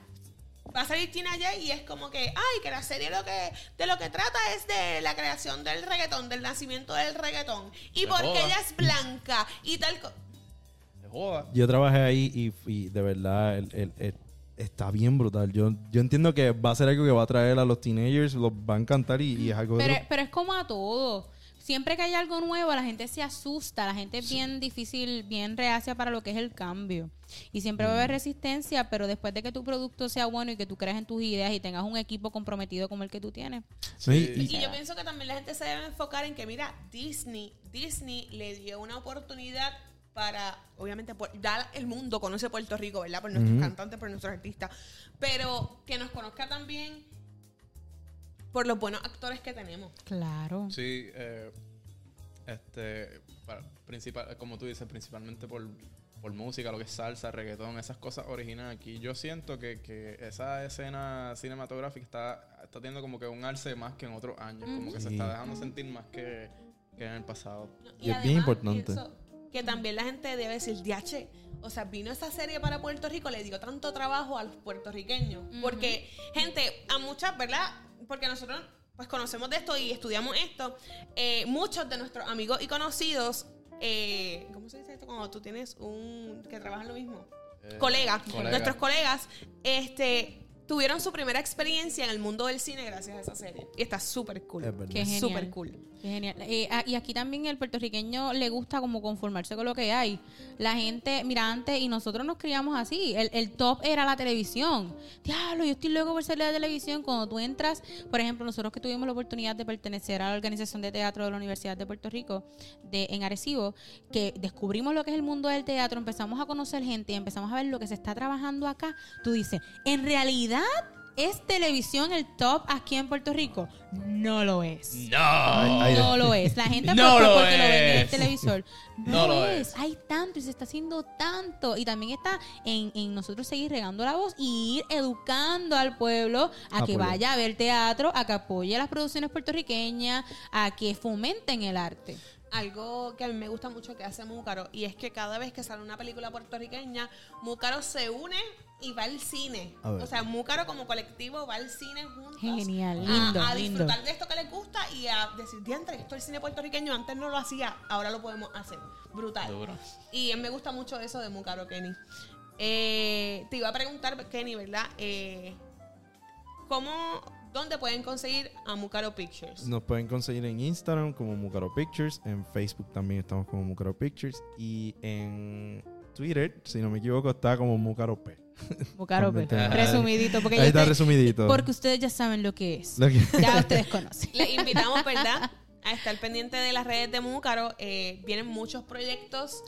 S3: Va a salir Tina Jay y es como que, ay, que la serie lo que, de lo que trata es de la creación del reggaetón, del nacimiento del reggaetón y
S1: De
S3: porque
S1: boda.
S3: ella es blanca y tal co-
S1: De joda.
S4: Yo trabajé ahí y, y de verdad el- el- el- está bien brutal. Yo, yo entiendo que va a ser algo que va a traer a los teenagers, los va a encantar y, y es algo de
S2: Pero,
S4: otro-
S2: pero es como a todo. siempre que hay algo nuevo, la gente se asusta, la gente es bien difícil, bien reacia para lo que es el cambio. Y siempre va a haber
S4: Mm.
S2: resistencia, pero después de que tu producto sea bueno y que tú creas en tus ideas y tengas un equipo comprometido como el que tú tienes.
S4: No, y- y-
S3: Y yo pienso que también la gente se debe enfocar en que, mira, Disney, Disney le dio una oportunidad para, obviamente, por- ya el mundo conoce Puerto Rico, ¿verdad? Por nuestros
S4: Ujú.
S3: cantantes, por nuestros artistas, pero que nos conozca también por los buenos actores que tenemos.
S2: Claro.
S1: Sí, eh, este, para- principal, como tú dices, principalmente por, por música, lo que es salsa, reggaetón, esas cosas originales aquí. Yo siento que, que esa escena cinematográfica está, está teniendo como que un alce más que en otros años, como que se
S4: Sí.
S1: está dejando sentir más que, que en el pasado.
S4: Y es bien importante.
S3: pienso Que también la gente debe decir, diache, o sea, vino esa serie para Puerto Rico, le dio tanto trabajo a los puertorriqueños. Porque, gente, a muchas, ¿verdad? Porque nosotros, pues, conocemos de esto y estudiamos esto. Eh, muchos de nuestros amigos y conocidos, eh, ¿cómo se dice esto? Cuando tú tienes un... que trabajan lo mismo.
S1: Eh,
S3: colegas,
S1: colega.
S3: nuestros colegas, este... Tuvieron su primera experiencia en el mundo del cine gracias a esa serie. Y está súper cool.
S4: Es verdad.
S2: Qué genial.
S3: Súper cool.
S2: Qué genial. Eh, ah, y aquí también el puertorriqueño le gusta como conformarse con lo que hay. La gente, mira, antes, y nosotros nos criamos así. El, el top era la televisión. Diablo, yo estoy luego por salir de la televisión. Cuando tú entras, por ejemplo, nosotros que tuvimos la oportunidad de pertenecer a la Organización de Teatro de la Universidad de Puerto Rico, de, en Arecibo, que descubrimos lo que es el mundo del teatro, empezamos a conocer gente y empezamos a ver lo que se está trabajando acá. Tú dices, en realidad... ¿Es televisión el top aquí en Puerto Rico? No lo es.
S4: Ay,
S2: No lo es. La gente
S1: No
S2: por-
S1: lo
S2: porque lo ve en el
S1: es.
S2: televisor. No,
S1: No lo
S2: lo es.
S1: es.
S2: Hay tanto y se está haciendo tanto. Y también está en, en nosotros seguir regando la voz y ir educando al pueblo a
S4: Ah,
S2: que
S4: pueblo.
S2: vaya a ver teatro, a que apoye las producciones puertorriqueñas, a que fomenten el arte.
S3: algo que a mí me gusta mucho que hace Múcaro y es que cada vez que sale una película puertorriqueña, Múcaro se une y va al cine.
S4: A ver.
S3: O sea, Múcaro como colectivo va al cine juntos.
S2: Genial,
S3: a-
S2: lindo,
S3: A,
S2: lindo.
S3: disfrutar de esto que les gusta y a decir, diantre, esto el cine puertorriqueño antes no lo hacía, ahora lo podemos hacer. Brutal.
S1: Duro.
S3: Y me gusta mucho eso de Múcaro, Kenny. Eh, te iba a preguntar, Kenny, ¿verdad? Eh, ¿Cómo, dónde pueden conseguir a Múcaro Pictures?
S4: Nos pueden conseguir en Instagram como Mucaro Pictures, en Facebook también estamos como Mucaro Pictures y en Twitter, si no me equivoco, está como Mucaro P.
S2: Bucarope.
S4: Totalmente.
S2: Resumidito. Porque,
S4: Ahí
S2: ya
S4: está
S2: usted-
S4: resumidito.
S2: porque ustedes ya saben lo que es.
S4: Lo que-
S2: Ya ustedes conocen.
S3: Les invitamos, ¿verdad? A estar pendiente de las redes de Múcaro. Eh, vienen muchos proyectos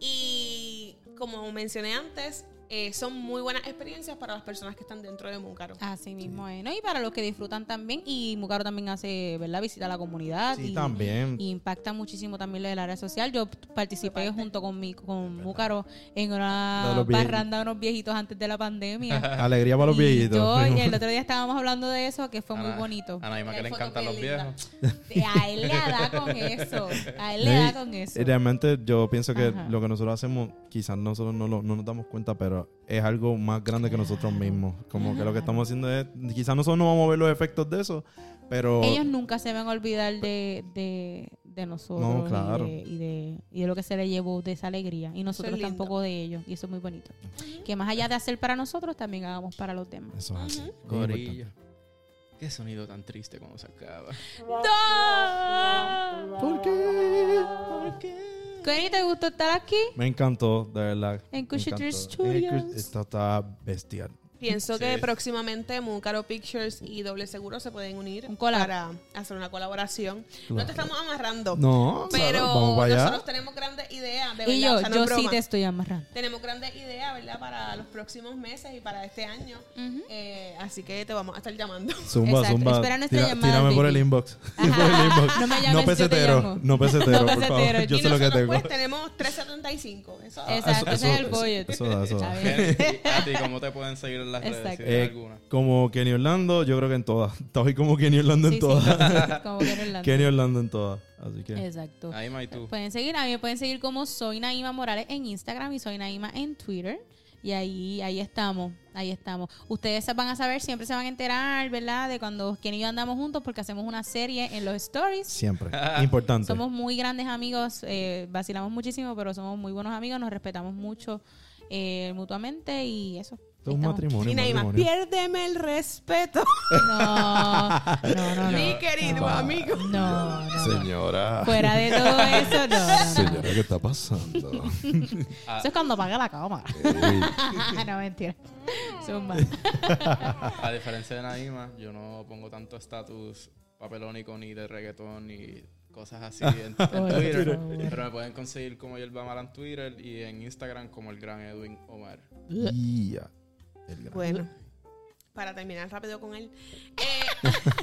S3: y, como mencioné antes, eh, son muy buenas experiencias para las personas que están dentro de Múcaro.
S2: Así mismo es, ¿no? Y para los que disfrutan también, y Mucaro también hace, ¿verdad? Visita a la comunidad.
S4: Sí,
S2: y,
S4: también.
S2: y impacta muchísimo también lo del área social. Yo participé junto con mi, con Múcaro en
S4: Lo de
S2: una
S4: los viejitos.
S2: parranda de unos viejitos antes de la pandemia.
S4: Alegría para los
S2: Y
S4: viejitos.
S2: yo, y el otro día estábamos hablando de eso, que fue
S1: A
S2: muy
S1: Na-
S2: bonito.
S1: A Naima que
S3: Hay
S1: le
S3: fotos
S1: encantan
S3: bien
S1: los
S3: lindas.
S1: viejos.
S2: A él le da con eso. A él le da con eso.
S4: Realmente yo pienso que
S2: Ajá.
S4: lo que nosotros hacemos, quizás nosotros no, lo- no nos damos cuenta, pero es algo más grande que nosotros mismos. Como que lo que estamos haciendo es, quizás nosotros no vamos a ver los efectos de eso, pero...
S2: Ellos nunca se van a olvidar de, de, de nosotros
S4: No, claro.
S2: y, de, y, de, y de lo que se les llevó de esa alegría. Y nosotros
S3: lindo.
S2: tampoco de ellos. Y eso es muy bonito. Que más allá de hacer para nosotros, también hagamos para los demás.
S4: Eso es así. Bien
S1: Corillo. Qué sonido tan triste cuando se acaba.
S3: Ah.
S4: importante. ¿Por qué?
S2: Kenny, ¿te gustó estar aquí?
S4: Me encantó, de verdad.
S2: En
S4: Me
S2: Cushiter
S4: encantó.
S2: Studios.
S4: En Cush- Esto está bestial.
S3: Pienso que
S1: Sí.
S3: próximamente Múcaro Pictures y Doble Seguro se pueden unir
S2: Un collab.
S3: para hacer una colaboración. No
S4: Claro.
S3: te estamos amarrando,
S4: No,
S3: pero
S4: claro, vamos para allá.
S3: nosotros tenemos grandes ideas. De
S2: Y
S3: verdad,
S2: yo,
S3: o sea, no
S2: yo
S3: es
S2: sí
S3: broma.
S2: te estoy amarrando.
S3: Tenemos grandes ideas, ¿verdad? Para los próximos meses y para este año. Eh, así que te vamos a estar llamando.
S4: Zumba,
S2: Exacto,
S4: zumba.
S2: espera nuestra llamada,
S4: tírame por el
S2: baby.
S4: inbox.
S2: Ajá.
S4: por el inbox.
S2: No me llames, yo te llamo.
S4: pesetero. No pesetero, por favor.
S2: pesetero,
S4: Yo
S3: y
S4: sé lo que
S3: nosotros,
S4: tengo. Ah.
S3: Pues, tenemos 375. Eso,
S2: Exacto,
S4: eso-
S2: ese es el
S4: eso-
S2: budget.
S4: eso da, eso da.
S2: Está bien.
S1: Jenny, a ti, ¿cómo te pueden seguir en las redes? Si
S2: Exacto.
S4: Eh,
S1: tienes alguna.
S4: como Kenny Orlando, yo creo que en todas. Estoy como Kenny Orlando en
S2: Sí, sí,
S4: todas.
S2: como que en Orlando.
S4: Kenny Orlando en todas. Así que.
S2: Exacto.
S1: Naima y tú.
S2: Pueden seguir, a mí me pueden seguir como soy Naima Morales en Instagram y soy Naima en Twitter. Y ahí, ahí estamos, ahí estamos. Ustedes se van a saber, siempre se van a enterar, ¿verdad? De cuando Kenny y yo andamos juntos porque hacemos una serie en los stories.
S4: Siempre. Importante.
S2: Somos muy grandes amigos, eh, vacilamos muchísimo, pero somos muy buenos amigos, nos respetamos mucho eh, mutuamente y eso.
S4: Esto es un
S2: Estamos-
S4: matrimonio.
S3: Y
S4: un
S3: Naima,
S4: matrimonio.
S3: piérdeme el respeto,
S2: No, no, no,
S3: mi
S2: no.
S3: querido
S4: Ah.
S3: amigo.
S2: No, no.
S4: Señora.
S2: Fuera de todo eso, no. no, no.
S4: Señora, ¿qué está pasando?
S2: Eso es cuando paga la cámara. no, mentira. Zumba.
S1: A diferencia de Naima, yo no pongo tanto estatus papelónico ni de reggaetón ni cosas así en, en
S2: Por
S1: Twitter.
S2: favor.
S1: Pero me pueden conseguir como Yerba Mala en Twitter y en Instagram como el gran Edwin Omar.
S4: Ya.
S2: Pues.
S3: Bueno, para terminar rápido con él.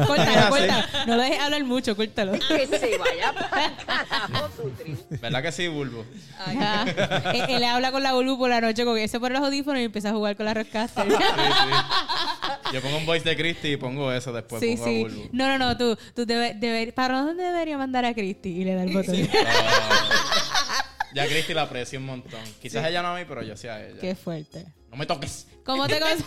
S2: Córtalo, córtalo. No lo dejes hablar mucho, córtalo.
S6: Que se vaya para carajo tu tri.
S1: ¿Verdad que sí, Bulbo?
S2: Ajá. Él, él habla con la Bulu por la noche con eso por los audífonos y empieza a jugar con la Rockcaster.
S1: Sí, sí. Yo pongo un voice de Christy y pongo eso
S4: Pues
S1: después.
S2: Sí,
S1: pongo a Bulbo.
S2: sí. No, no, no, tú, tú debe, debe- ¿para dónde debería mandar a Christy? Y le da el botón.
S1: Ah, ya Christy la aprecio un montón. Quizás ella no a mí, pero yo sí a ella.
S2: Qué fuerte.
S1: No me toques.
S2: ¿Cómo te, cons-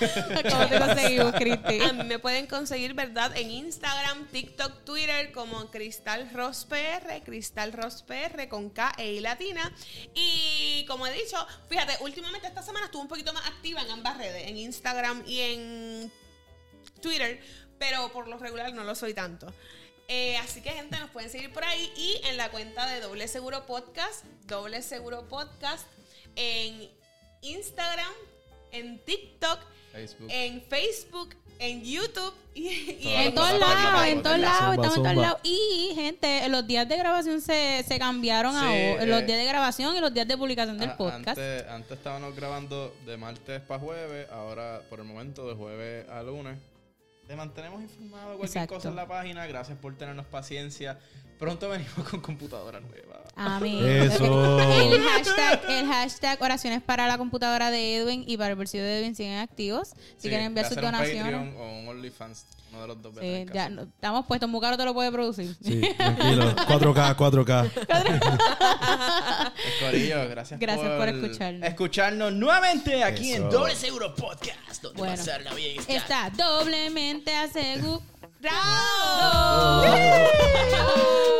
S2: ¿Cómo te conseguimos, Christy?
S3: A mí me pueden conseguir, ¿verdad? En Instagram, TikTok, Twitter, como Cristal Ross PR, Cristal Ross PR, con K e I latina. Y como he dicho, fíjate, últimamente esta semana estuve un poquito más activa en ambas redes, en Instagram y en Twitter, pero por lo regular no lo soy tanto. Eh, así que gente, nos pueden seguir por ahí y en la cuenta de Doble Seguro Podcast, Doble Seguro Podcast, en Instagram, en TikTok
S1: Facebook.
S3: en Facebook, en YouTube y, y
S1: Todas
S2: En
S1: las
S3: en
S2: todos lados, en todos lados,
S4: Zumba,
S2: estamos en todos
S4: zumba.
S2: lados. Y, gente, los días de grabación se, se cambiaron
S1: Sí,
S2: a hoy. los
S1: eh,
S2: días de grabación y los días de publicación del
S1: Ah,
S2: podcast.
S1: Antes, antes estábamos grabando de martes para jueves, ahora por el momento de jueves a lunes. Te mantenemos informado de cualquier
S2: Exacto.
S1: cosa en la página. Gracias por tenernos paciencia. Pronto venimos con computadora nueva.
S2: Amén.
S4: Eso.
S2: El hashtag, el hashtag oraciones para la computadora de Edwin y para el bolsillo de Edwin siguen activos. Si
S1: Sí,
S2: quieren enviar
S1: de
S2: sus
S1: hacer un
S2: donaciones.
S1: Patreon o un OnlyFans, uno de los dos. voy a
S2: Sí,
S1: tener que
S2: ya
S1: hacer.
S2: no- estamos puestos, Mucaro te lo puede producir.
S4: Sí, tranquilo. 4K, 4K.
S1: Pues, Corillo, gracias,
S2: Gracias por escucharnos.
S1: Escucharnos nuevamente aquí en
S4: Eso.
S1: Doble Seguro Podcast, donde
S2: Bueno.
S1: pasarla bien. está.
S2: Está doblemente asegurado.
S3: ¡Bravo!
S2: eh,